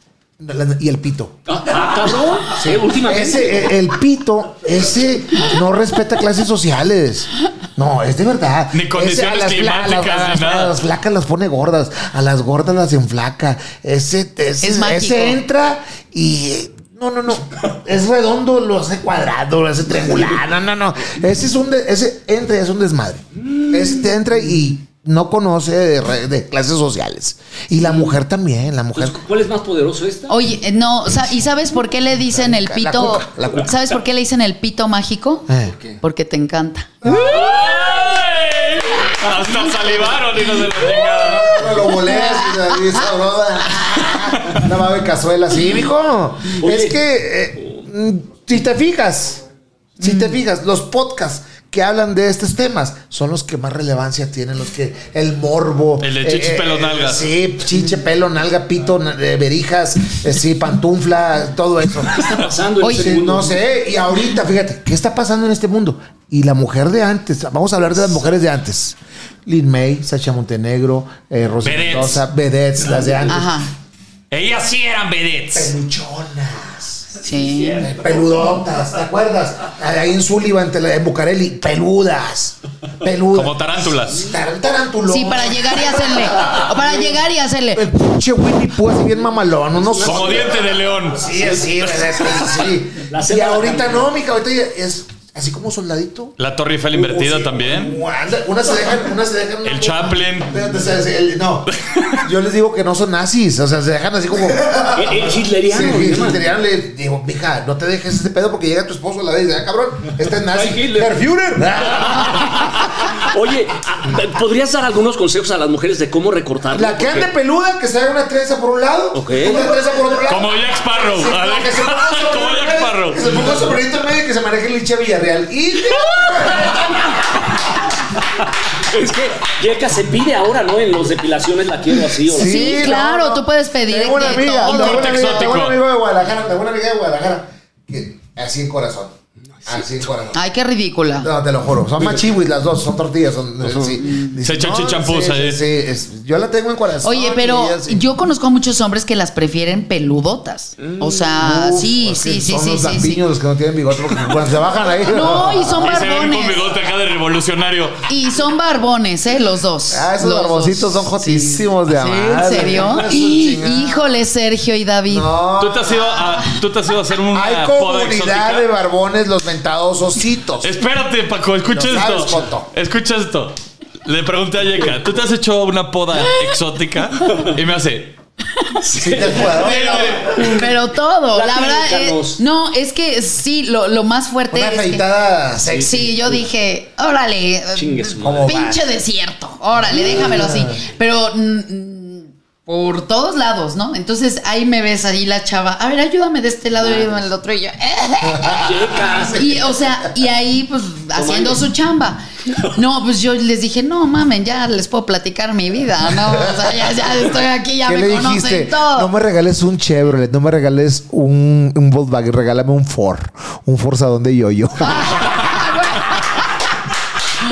Speaker 2: Y el pito.
Speaker 4: Ah, ah, cabrón. Eh, últimamente.
Speaker 2: Ese, eh, el pito, ese no respeta clases sociales. No, es de verdad.
Speaker 1: Ni
Speaker 2: Ese
Speaker 1: condiciones
Speaker 2: fla-
Speaker 1: climáticas,
Speaker 2: a las-
Speaker 1: ni
Speaker 2: a
Speaker 1: nada.
Speaker 2: las flacas las pone gordas, a las gordas las enflaca. Ese, ese,
Speaker 3: Es mágico.
Speaker 2: ese entra y. eh, No, no, no. Es redondo, lo hace cuadrado, lo hace triangular. No, no, no. Ese es un de- ese entra y es un desmadre. Ese te entra y no conoce de, re- de clases sociales. Y la mujer también, la mujer.
Speaker 4: Entonces, ¿Cuál es más poderoso esta?
Speaker 3: Oye, eh, no, sa- ¿y sabes por qué le dicen el
Speaker 2: La
Speaker 3: pito?
Speaker 2: cuca, la cuca.
Speaker 3: ¿Sabes por qué le dicen el pito mágico?
Speaker 2: Eh.
Speaker 3: Porque te encanta.
Speaker 1: ¡Ay! Hasta salivaron, hijos de la chingada.
Speaker 2: Pero lo boleas y dice, Una mame cazuela, sí, mijo.
Speaker 4: Oye.
Speaker 2: Es que, eh, mm, si te fijas, si te fijas, los podcasts que hablan de estos temas son los que más relevancia tienen, los que el morbo. eh,
Speaker 1: El de chichis, pelos, nalgas.
Speaker 2: Sí, chiche, pelo, nalga, pito, na- eh, berijas, eh, sí, pantufla, todo eso.
Speaker 4: ¿Qué está pasando en
Speaker 3: Oye,
Speaker 4: este
Speaker 2: Sí,
Speaker 4: mundo?
Speaker 2: no sé, y ahorita, fíjate, ¿qué está pasando en este mundo? Y la mujer de antes, vamos a hablar de las mujeres de antes. Lin May, Sacha Montenegro, eh, Rosa
Speaker 1: Vedettes.
Speaker 2: Mendoza, Vedettes, las de antes.
Speaker 3: Ajá.
Speaker 1: Ellas sí eran vedettes.
Speaker 2: Peluchonas,
Speaker 3: Sí.
Speaker 2: eh, peludotas, ¿te acuerdas? Ahí en Sullivan, te la- en Bucareli, peludas, peludas.
Speaker 1: Como tarántulas.
Speaker 2: Tar- tarántula.
Speaker 3: Sí, para llegar y hacerle. Para llegar y hacerle.
Speaker 2: El pinche Winnie Pooh así bien mamalón, unos
Speaker 1: Como diente de león.
Speaker 2: Sí, sí, Vedettes, sí.
Speaker 4: La
Speaker 2: Y
Speaker 4: cena de la
Speaker 2: ahorita
Speaker 4: cama.
Speaker 2: no, mija, ahorita ya es así como soldadito.
Speaker 1: La Torre Eiffel invertida
Speaker 2: O Uh, sí,
Speaker 1: también.
Speaker 2: o anda- Una se dejan, una se dejan.
Speaker 1: El Chaplin.
Speaker 2: Espérate, o sea, sí, el- no. Yo les digo que no son nazis, o sea, se dejan así como.
Speaker 4: El, el hitleriano.
Speaker 2: Sí,
Speaker 4: le
Speaker 2: el
Speaker 4: llaman.
Speaker 2: hitleriano le digo, mija, no te dejes ese pedo porque llega tu esposo a la vez, ah, cabrón, este es nazi.
Speaker 4: Ay, Hitler. Ah,
Speaker 2: Herr Führer.
Speaker 4: Oye, a- ¿podrías dar algunos consejos a las mujeres de cómo recortar?
Speaker 2: La que ande peluda, que se haga una trenza por un lado,
Speaker 4: Ok.
Speaker 2: una trenza por otro lado.
Speaker 1: Como Jack Sparrow.
Speaker 2: Sí,
Speaker 1: A ver.
Speaker 2: que se ponga sobre
Speaker 1: Como
Speaker 2: la
Speaker 1: Jack
Speaker 2: cabeza,
Speaker 1: Navarro.
Speaker 2: Se puso sobre internet que se maneje Licha Villarreal. Y
Speaker 4: Es que Yeka se pide ahora, ¿no? En los depilaciones la quiero así o
Speaker 3: Sí,
Speaker 4: así.
Speaker 3: claro, tú puedes pedir
Speaker 2: Tengo una
Speaker 3: de
Speaker 2: amiga,
Speaker 3: todo.
Speaker 2: tengo una
Speaker 1: Corte
Speaker 2: amiga, tengo un
Speaker 1: exótico.
Speaker 2: amigo de Guadalajara, tengo una amiga de Guadalajara. que Así en corazón. Así en corazón.
Speaker 3: Ay, qué ridícula.
Speaker 2: No, te lo juro. Son machiwis las dos, son tortillas. Son, eh, sí. Dice,
Speaker 1: echan
Speaker 2: no,
Speaker 1: chichampús
Speaker 2: sí,
Speaker 1: ahí.
Speaker 2: Sí, sí, es- yo la tengo en corazón.
Speaker 3: Oye, pero
Speaker 2: y ella sí.
Speaker 3: yo conozco a muchos hombres que las prefieren peludotas. O
Speaker 2: Mm.
Speaker 3: sea,
Speaker 2: Uf,
Speaker 3: ah, sí,
Speaker 2: es que
Speaker 3: sí, sí,
Speaker 2: Son
Speaker 3: sí,
Speaker 2: los
Speaker 3: sí, sí.
Speaker 2: lampiños los que no tienen bigote porque cuando se bajan ahí.
Speaker 3: No, y son
Speaker 1: Y se ven con
Speaker 3: barbones.
Speaker 1: bigote acá de revolucionario.
Speaker 3: Y son barbones, ¿eh? Los dos.
Speaker 2: Ah, esos
Speaker 3: Los
Speaker 2: barboncitos
Speaker 3: dos.
Speaker 2: son jotísimos de
Speaker 3: Sí,
Speaker 2: amar.
Speaker 3: ¿En serio?
Speaker 2: Eso es chingada.
Speaker 3: Híjole, Sergio y David.
Speaker 2: No.
Speaker 1: Tú te has ido a, tú te has ido a hacer una
Speaker 2: Hay
Speaker 1: poda
Speaker 2: comunidad de
Speaker 1: exótica.
Speaker 2: barbones, los mentados ositos.
Speaker 1: Espérate, Paco, escucha
Speaker 2: Lo
Speaker 1: esto.
Speaker 2: sabes, Joto.
Speaker 1: Escucha esto. Le pregunté a Yeka, ¿tú te has hecho una poda exótica? Y me hace.
Speaker 2: Sí te puedo.
Speaker 3: Mm, Pero todo, la verdad.
Speaker 4: Platícanos.
Speaker 3: eh, no, es que sí, lo, lo más fuerte
Speaker 2: Una
Speaker 3: es. que-
Speaker 2: afeitada sexy.
Speaker 3: sí, yo dije, órale, eh,
Speaker 4: Chingue su madre.
Speaker 2: Como
Speaker 3: pinche desierto,
Speaker 2: Ah.
Speaker 3: órale, déjamelo así. Pero mm, mm, por todos lados, ¿no? Entonces ahí me ves ahí la chava, a ver, ayúdame de este lado y
Speaker 2: Ah.
Speaker 3: ayúdame del otro y yo.
Speaker 4: Yeka, se-
Speaker 3: Y, o sea, y ahí, pues, haciendo su chamba. No, pues yo les dije, no, mamen, ya les puedo platicar mi vida, ¿no? O sea, ya, ya estoy aquí, ya
Speaker 2: ¿Qué
Speaker 3: me
Speaker 2: le
Speaker 3: conocen
Speaker 2: dijiste?
Speaker 3: todo.
Speaker 2: No me regales un Chevrolet, no me regales un, un Volkswagen, regálame un Ford, un Forzadón de yoyo.
Speaker 3: Ah,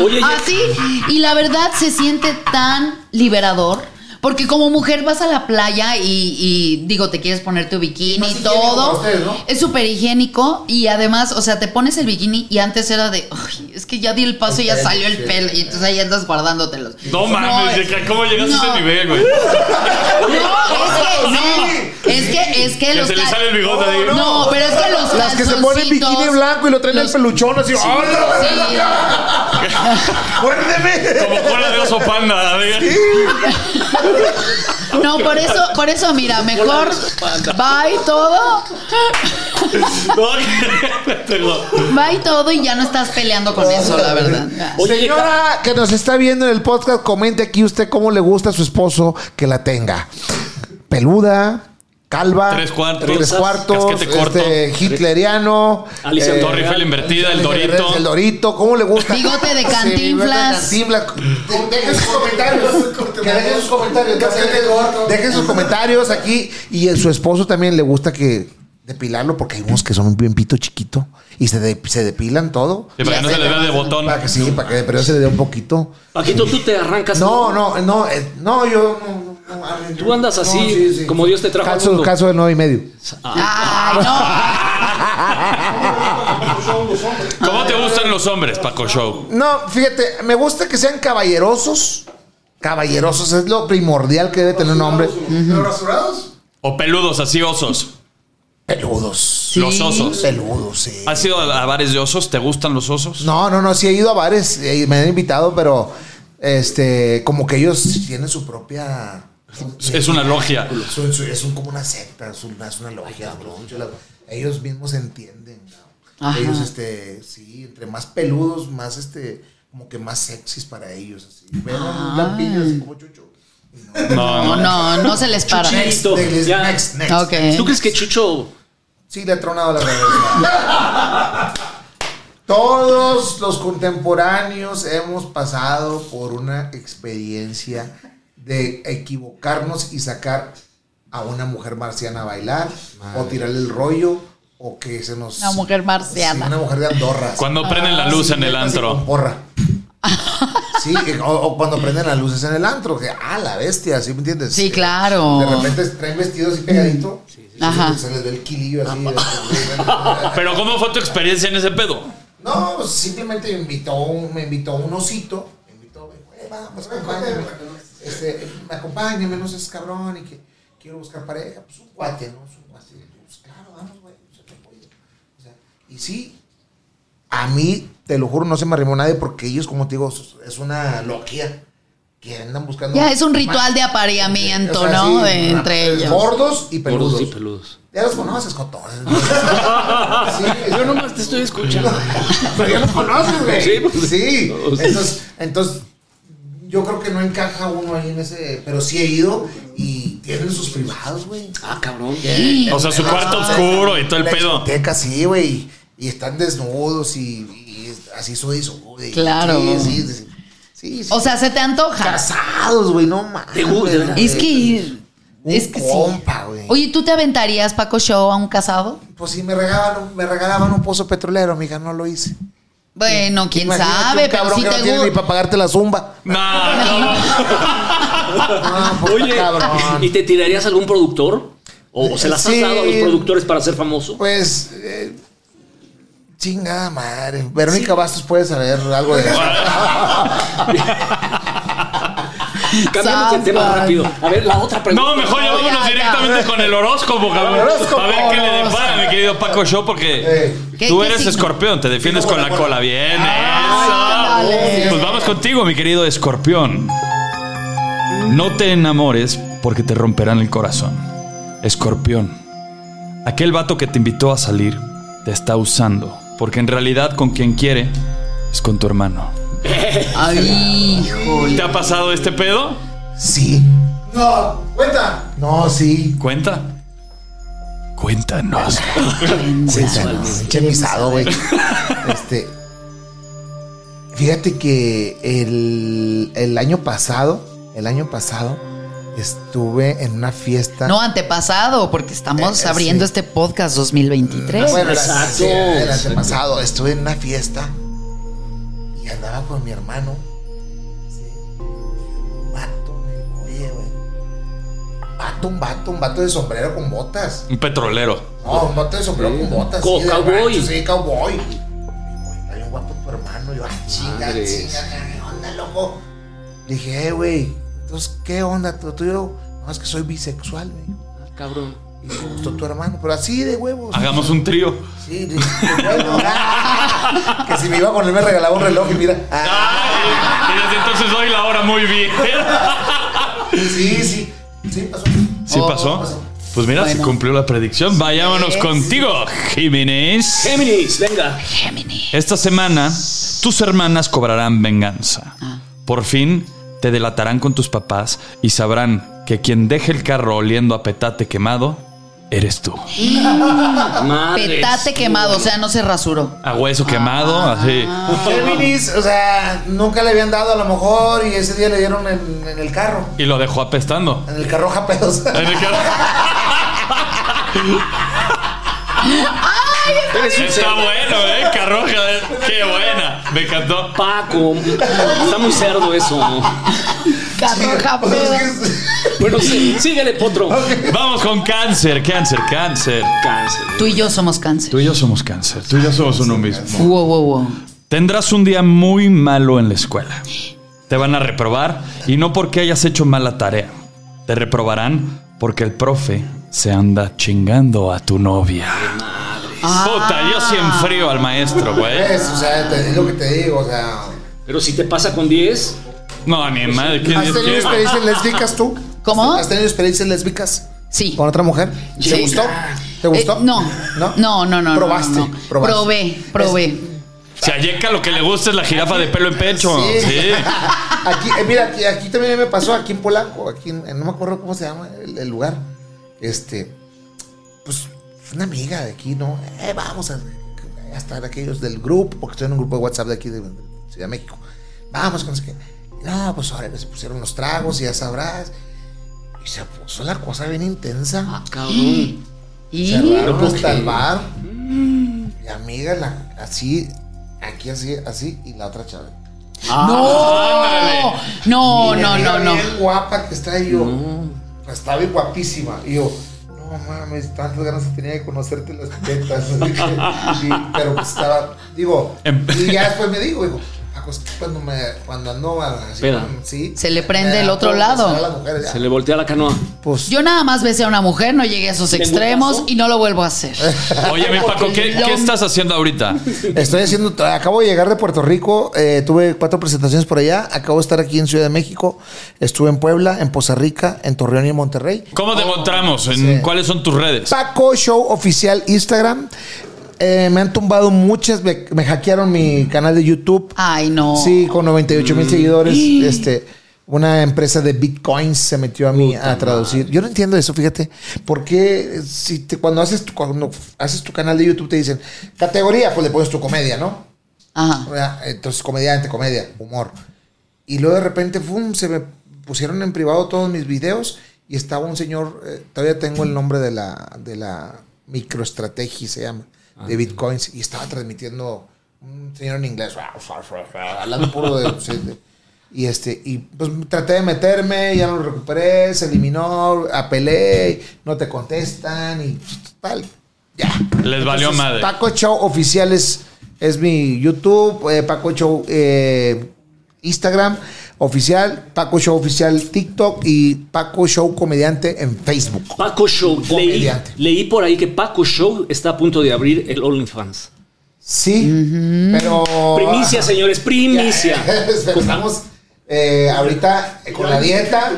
Speaker 4: Oye,
Speaker 2: Ah,
Speaker 4: Yeka,
Speaker 3: Así, Ah, y la verdad se siente tan liberador. Porque como mujer vas a la playa y, y, digo, te quieres poner tu bikini y
Speaker 2: higiénico
Speaker 3: todo.
Speaker 2: para ustedes, ¿no?
Speaker 3: Es súper higiénico y además, o sea, te pones el bikini y antes era de, "Ay, es que ya di el paso y ya salió el pelo y entonces ahí andas guardándotelos.
Speaker 1: No mames,
Speaker 3: es-
Speaker 1: Yeka, ¿cómo llegaste a
Speaker 3: no.
Speaker 1: ese nivel, güey?
Speaker 3: No, es que, no, es que, es que
Speaker 1: Que
Speaker 3: los
Speaker 1: se le
Speaker 3: cal-
Speaker 1: sale el bigote ahí.
Speaker 3: No, pero es que los
Speaker 2: Las que se ponen
Speaker 3: calzoncitos-
Speaker 2: bikini blanco y lo traen
Speaker 3: los-
Speaker 2: el peluchón así. ¡Hola!
Speaker 3: Sí.
Speaker 1: Como cola de oso panda. ¿eh? ¿verdad?
Speaker 3: No, por eso, por eso, mira, mejor va y todo,
Speaker 1: No,
Speaker 3: va y todo y ya no estás peleando con eso, la verdad.
Speaker 4: Oye,
Speaker 1: ah.
Speaker 2: Señora que nos está viendo en el podcast, comente aquí usted cómo le gusta a su esposo que la tenga. Peluda, calva,
Speaker 1: Tres cuartos,
Speaker 2: tres cuartos,
Speaker 1: casquete corto.
Speaker 2: este, hitleriano,
Speaker 4: Alicia
Speaker 2: eh,
Speaker 4: Torre,
Speaker 1: Torrifel invertida, el dorito.
Speaker 2: El dorito, ¿cómo le gusta?
Speaker 3: Bigote de
Speaker 2: Sí,
Speaker 3: Cantinflas.
Speaker 2: bigote de Cantinflas. Dejen sus comentarios. Que dejen sus comentarios. Dejen sus comentarios aquí. Y a su esposo también le gusta que depilarlo porque hay unos que son bien pito chiquito y se, de- se depilan todo.
Speaker 1: Sí, para que no se les vea de botón.
Speaker 2: Para que sí, para que pero se le dé un poquito.
Speaker 4: Paquito, tú te arrancas.
Speaker 2: No, no, no, eh, no, yo no, no, a ver,
Speaker 4: Tú andas
Speaker 2: no,
Speaker 4: así,
Speaker 2: sí, sí.
Speaker 4: como Dios te trajo al
Speaker 2: Calzo-
Speaker 4: mundo.
Speaker 2: calzo de nueve y medio.
Speaker 3: Ay, no.
Speaker 1: ¿Cómo te gustan los hombres, Paco Show?
Speaker 2: No, fíjate, me gusta que sean caballerosos. Caballerosos es lo primordial que debe tener un hombre.
Speaker 1: ¿O peludos así osos?
Speaker 2: Peludos.
Speaker 1: Los osos.
Speaker 2: Peludos, sí.
Speaker 1: ¿Has ido a a bares de osos? ¿Te gustan los osos?
Speaker 2: No, no, no, sí he ido a bares eh, y me han invitado, pero este, como que ellos tienen su propia.
Speaker 1: Es una logia.
Speaker 2: su- su- es un, como una secta, es una, es una logia, bro. Yo la- ellos mismos se entienden. ¿no?
Speaker 3: Ajá.
Speaker 2: Ellos, este, sí, entre más peludos, más este, como que más sexys para ellos. Así. Ven a un lampillo así como chucho.
Speaker 3: No, no, no se les para.
Speaker 4: Chuchis. Listo,
Speaker 2: Next,
Speaker 4: ya.
Speaker 2: next, next.
Speaker 3: Ok.
Speaker 4: ¿Tú crees que Chucho
Speaker 2: Sí, le ha tronado la cabeza. Todos los contemporáneos hemos pasado por una experiencia de equivocarnos y sacar a una mujer marciana a bailar o tirarle el rollo o que se nos...
Speaker 3: Una mujer marciana.
Speaker 2: Sí, una mujer de Andorra.
Speaker 1: Cuando prenden la luz
Speaker 2: Sí,
Speaker 1: en el
Speaker 2: neta, sí, con
Speaker 1: antro.
Speaker 2: porra. Sí, o, o cuando prenden las luces en el antro, que ah, la bestia, ¿sí me entiendes?
Speaker 3: Sí,
Speaker 2: Que
Speaker 3: claro.
Speaker 2: De repente traen vestidos así pegadito.
Speaker 3: Ajá.
Speaker 2: Se les ve el quilillo así.
Speaker 1: Pero ¿cómo fue tu experiencia en ese pedo?
Speaker 2: No, pues, simplemente me invitó, un- me invitó un osito. Me invitó, "Güey, vamos, acompáñame. Este, acompáñame, no seas cabrón y que quiero buscar pareja. Pues un cuate, ¿no? Es un cuate. Pues, claro, vamos, güey. pues, yo te apoyo. O sea, y sí, a mí, te lo juro, no se me arrimó nadie porque ellos, como te digo, es- es una loquía que andan buscando.
Speaker 3: Ya es un ritual de
Speaker 2: O
Speaker 3: apareamiento,
Speaker 2: sea,
Speaker 3: ¿no?
Speaker 2: sí,
Speaker 3: De- entre ellos.
Speaker 2: Gordos y peludos.
Speaker 4: Gordos y peludos.
Speaker 2: Ya los conoces, Cotón. Sí,
Speaker 4: Yo nomás te estoy escuchando.
Speaker 2: pero ya los conoces, güey.
Speaker 4: Sí,
Speaker 2: Sí,
Speaker 4: pues.
Speaker 2: Entonces, entonces, yo creo que no encaja uno ahí en ese. Pero sí he ido y tienen sus privados, güey.
Speaker 4: Ah, cabrón.
Speaker 1: O sea, su cuarto
Speaker 2: Ah,
Speaker 1: oscuro y todo el
Speaker 2: la
Speaker 1: pedo.
Speaker 2: discoteca, sí, güey. Y están desnudos y, y así soy eso, güey.
Speaker 3: Claro.
Speaker 2: Sí, sí, sí, sí.
Speaker 3: O sea, se te antoja.
Speaker 2: casados, güey, no mames.
Speaker 4: Te gusta.
Speaker 3: Es que.
Speaker 2: Un
Speaker 3: es que sí.
Speaker 2: compa, güey.
Speaker 3: Oye, ¿tú te aventarías, Paco Show, a un casado?
Speaker 2: Pues sí, me regalaban, un- me regalaban un pozo petrolero, mija, no lo hice.
Speaker 3: Bueno, quién
Speaker 2: Imagínate un
Speaker 3: sabe, pero
Speaker 2: cabrón
Speaker 3: si
Speaker 2: que
Speaker 3: te
Speaker 2: no tiene ni
Speaker 3: gusta.
Speaker 2: para pagarte la zumba.
Speaker 1: No, no, no.
Speaker 2: Ah, pues,
Speaker 4: Oye,
Speaker 2: cabrón.
Speaker 4: ¿y te tirarías a algún productor? ¿O se las has
Speaker 2: Sí.
Speaker 4: dado a los productores para ser famoso?
Speaker 2: Pues, eh, chingada madre. Verónica Bastos puede saber algo de eso.
Speaker 4: Cambiamos de tema rápido. A ver, la otra pregunta.
Speaker 1: No, mejor ya vámonos
Speaker 3: ya.
Speaker 1: directamente con el horóscopo, cabrón.
Speaker 2: El horóscopo,
Speaker 1: A ver qué le
Speaker 2: no,
Speaker 1: depara,
Speaker 2: o sea.
Speaker 1: mi querido Paco Show, porque
Speaker 2: Eh.
Speaker 3: ¿Qué-
Speaker 1: tú
Speaker 3: qué
Speaker 1: eres
Speaker 3: signo?
Speaker 1: escorpión, te defiendes
Speaker 2: Signo
Speaker 1: con la
Speaker 2: con la
Speaker 1: cola. Bien,
Speaker 3: ándale.
Speaker 1: eso. Pues vamos contigo, mi querido escorpión. No te enamores porque te romperán el corazón. Escorpión, aquel vato que te invitó a salir te está usando, porque en realidad con quien quiere es con tu hermano.
Speaker 3: Ay,
Speaker 1: ¿Te
Speaker 3: híjole.
Speaker 1: ha pasado este pedo?
Speaker 2: Sí. No, cuenta. No, sí.
Speaker 1: ¿Cuenta? Cuéntanos.
Speaker 2: Cuéntanos. Echa misado, güey. Este. Fíjate que el, el año pasado, el año pasado, estuve en una fiesta.
Speaker 3: No, antepasado, porque estamos
Speaker 2: Eh, eh,
Speaker 3: abriendo
Speaker 2: sí.
Speaker 3: este podcast 2023.
Speaker 2: Ah, Bueno,
Speaker 4: Exacto.
Speaker 2: el, el- el antepasado estuve en una fiesta y andaba con mi hermano. ¿sí? Un vato, güey, oye, güey. Vato, un vato, un vato de sombrero con botas.
Speaker 1: Un petrolero.
Speaker 2: No, un vato de sombrero con botas.
Speaker 4: Co-
Speaker 2: sí, de
Speaker 4: cowboy.
Speaker 2: rancho, Sí, cowboy. Me dijo, Está bien guapo tu hermano. Yo, ah, chinga,
Speaker 4: Madres.
Speaker 2: chinga, ¿qué onda, loco? Le dije, eh, güey, entonces, ¿qué onda tú? tú y yo, no, es que soy bisexual, güey.
Speaker 4: Cabrón.
Speaker 2: Y me gustó tu hermano, pero así de huevos.
Speaker 1: Hagamos un trío.
Speaker 2: Sí, de- de bueno. Ah, que si me iba con él me regalaba un reloj y mira. Ah,
Speaker 1: Y desde entonces doy la hora muy bien.
Speaker 2: sí, sí. Sí, pasó. Oh.
Speaker 1: ¿Sí pasó? Pues mira, se cumplió la predicción. Vayámonos contigo, Jiménez.
Speaker 4: Géminis, venga.
Speaker 3: Géminis.
Speaker 1: Esta semana, tus hermanas cobrarán venganza. Por fin, te delatarán con tus papás y sabrán que quien deje el carro oliendo a petate quemado, eres tú.
Speaker 4: Madres.
Speaker 3: Petate quemado, o sea, no se rasuró.
Speaker 1: A hueso quemado, así.
Speaker 2: Géminis, o sea, nunca le habían dado a lo mejor y ese día le dieron en, en el carro.
Speaker 1: Y lo dejó apestando.
Speaker 2: En el carro japedos.
Speaker 1: En el que-
Speaker 4: Eres un
Speaker 1: Está
Speaker 4: cerdo.
Speaker 1: bueno, ¿eh? Carroja. Qué buena. Me encantó.
Speaker 4: Paco. Está muy cerdo eso.
Speaker 3: Carro japedo.
Speaker 4: Bueno, sí, síguele, potro.
Speaker 1: Vamos con cáncer, cáncer, cáncer.
Speaker 4: Cáncer.
Speaker 3: Tú y yo somos cáncer.
Speaker 1: Tú y yo somos cáncer, tú y yo somos uno mismo.
Speaker 3: Wow, wow, wow.
Speaker 1: Tendrás un día muy malo en la escuela. Te van a reprobar y no porque hayas hecho mala tarea. Te reprobarán porque el profe se anda chingando a tu novia. Puta, yo sí enfrío al maestro, güey.
Speaker 2: Es, o sea, te, es lo que te digo, o sea.
Speaker 4: Pero si te pasa con 10,
Speaker 1: No, ni madre. ¿quién
Speaker 2: ¿Has
Speaker 1: es
Speaker 2: tenido
Speaker 1: quién?
Speaker 2: experiencias lésbicas tú?
Speaker 3: ¿Cómo?
Speaker 2: ¿Has tenido experiencias lésbicas
Speaker 3: Sí.
Speaker 2: con otra mujer? ¿Te
Speaker 3: Sí.
Speaker 2: gustó? ¿Te gustó?
Speaker 3: Eh, no. no. No, no, no.
Speaker 2: Probaste.
Speaker 3: no, no.
Speaker 2: probaste.
Speaker 3: Probé, probé.
Speaker 1: Si a Yeka lo que le gusta es la jirafa de pelo en pecho.
Speaker 2: Sí.
Speaker 1: Sí.
Speaker 2: Aquí, eh, mira, aquí, aquí también me pasó, aquí en Polanco, aquí en- no me acuerdo cómo se llama el, el lugar. Este, pues una amiga de aquí, ¿no? Eh, vamos a, a estar aquellos del grupo, porque estoy en un grupo de WhatsApp de aquí de Ciudad de México. Vamos, con no sé qué. No, pues ahora se pusieron unos tragos y ya sabrás. Y se puso la cosa bien intensa.
Speaker 4: Ah, cabrón.
Speaker 3: Y
Speaker 2: Cerraron
Speaker 4: pues, Mm.
Speaker 2: hasta
Speaker 4: sí.
Speaker 2: el bar. Mi amiga, la, así, aquí, así, así, y la otra chava. Ah,
Speaker 3: no, no, Oh, no, no, no.
Speaker 2: Bien guapa que está y yo. Está bien guapísima. Y yo, no mames, tantas ganas tenía de conocerte las tetas. Dije, sí, pero pues estaba, digo,
Speaker 1: Em-
Speaker 2: y ya después me digo, digo, Paco, es que cuando me, cuando ando así,
Speaker 4: Peda.
Speaker 2: sí,
Speaker 3: Se le prende
Speaker 2: me
Speaker 3: el
Speaker 2: da
Speaker 3: otro
Speaker 2: por
Speaker 3: lado.
Speaker 2: besar Ah, a las mujeres, ya.
Speaker 4: Se le voltea la canoa.
Speaker 2: Pues,
Speaker 3: Yo nada más besé a una mujer, no llegué a esos
Speaker 4: ¿Te
Speaker 3: extremos
Speaker 4: gustazo?
Speaker 3: y no lo vuelvo a hacer.
Speaker 1: Oye, mi Paco, ¿qué, qué estás haciendo ahorita?
Speaker 2: Estoy haciendo, acabo de llegar de Puerto Rico, eh, tuve cuatro presentaciones por allá, acabo de estar aquí en Ciudad de México, estuve en Puebla, en Poza Rica, en Torreón y en Monterrey.
Speaker 1: ¿Cómo te encontramos? ¿En
Speaker 2: sí.
Speaker 1: ¿Cuáles son tus redes?
Speaker 2: Paco Show Oficial Instagram. Eh, me han tumbado muchas, me, me hackearon mi canal de YouTube.
Speaker 3: Ay, no.
Speaker 2: Sí, con 98 mil seguidores. Este, una empresa de bitcoins se metió a mí a traducir. Yo no entiendo eso, fíjate. Porque si te- cuando, haces tu, cuando haces tu canal de YouTube te dicen categoría, pues le pones tu comedia, ¿no?
Speaker 3: Ajá.
Speaker 2: ¿verdad? Ah, Entonces, comediante, comedia, humor. Y luego de repente, ¡fum! se me pusieron en privado todos mis videos y estaba un señor, eh, todavía tengo el nombre de la, de la microestrategia, se llama, de bitcoins, y estaba transmitiendo un señor en inglés, hablando puro de... sí, de- y este, y pues traté de meterme, ya no lo recuperé, se eliminó, apelé, no te contestan y tal. Ya.
Speaker 1: Les valió
Speaker 2: Pues
Speaker 1: madre.
Speaker 2: Paco Show Oficial es, es mi YouTube, eh, Paco Show eh, Instagram Oficial, Paco Show Oficial TikTok y Paco Show Comediante en Facebook.
Speaker 4: Paco Show. Leí,
Speaker 2: Comediante.
Speaker 4: leí por ahí que Paco Show está a punto de abrir el OnlyFans.
Speaker 2: Sí,
Speaker 4: Oh.
Speaker 2: pero...
Speaker 4: Primicia, señores, primicia.
Speaker 2: Pero Estamos eh, ahorita eh, con la dieta.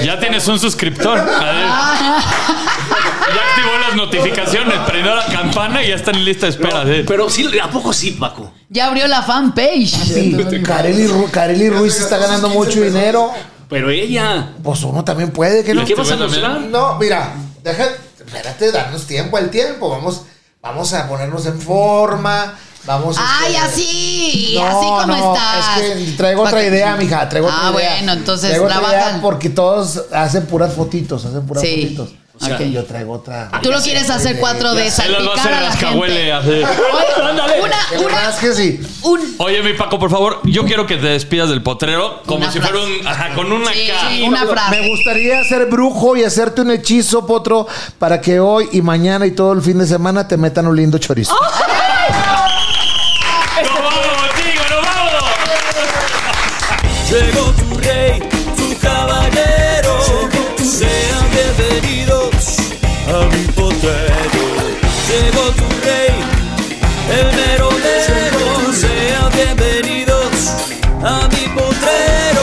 Speaker 2: Eh,
Speaker 1: Ya tienes un suscriptor. A ver. Ya activó las notificaciones, prendió la campana y ya está en lista de espera. sí.
Speaker 4: Pero sí, ¿a poco sí, Paco?
Speaker 3: Ya abrió la fanpage.
Speaker 2: sí, Kareli Ru- Kareli Ruiz está ganando mucho dinero.
Speaker 4: Pero ella.
Speaker 2: Pues uno también puede, que
Speaker 4: ¿Y
Speaker 2: no?
Speaker 4: qué vas a
Speaker 1: Bueno,
Speaker 4: anunciar?
Speaker 2: No, mira, deja, espérate, darnos tiempo al tiempo. Vamos, vamos a ponernos en forma. Vamos
Speaker 3: Ay,
Speaker 2: este,
Speaker 3: así, así como estás.
Speaker 2: Es que traigo
Speaker 3: Pa'
Speaker 2: otra
Speaker 3: que-
Speaker 2: idea, mija. Traigo otra
Speaker 3: Ah,
Speaker 2: idea.
Speaker 3: bueno, entonces
Speaker 2: Traigo otra
Speaker 3: trabaja.
Speaker 2: idea porque todos hacen puras fotitos, hacen puras
Speaker 3: Sí.
Speaker 2: fotitos.
Speaker 3: sea,
Speaker 2: Y yo traigo otra.
Speaker 3: Tú lo quieres hacer 4D,
Speaker 1: Se las va a
Speaker 3: salpicar
Speaker 1: hacer
Speaker 3: a la
Speaker 1: las
Speaker 3: gente.
Speaker 4: Ándale.
Speaker 2: De
Speaker 3: Una,
Speaker 2: verdad
Speaker 3: una,
Speaker 2: es que sí.
Speaker 3: un,
Speaker 1: Oye, mi Paco, por favor, yo quiero que te despidas del potrero como
Speaker 3: Una
Speaker 1: si
Speaker 3: frase.
Speaker 1: fuera un. Ajá, con una
Speaker 3: sí,
Speaker 1: K.
Speaker 3: eh, una frase.
Speaker 2: Me gustaría ser brujo y hacerte un hechizo, potro, para que hoy y mañana y todo el fin de semana te metan un lindo
Speaker 3: ¡Oh,
Speaker 2: chorizo.
Speaker 1: ¡Nos vamos, chicos, nos vamos!
Speaker 9: Llegó tu rey, tu caballero. Sean bienvenidos a mi potrero. Llegó tu rey, el merodero. Sean bienvenidos a mi potrero.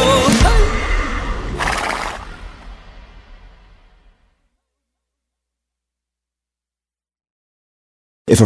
Speaker 5: If a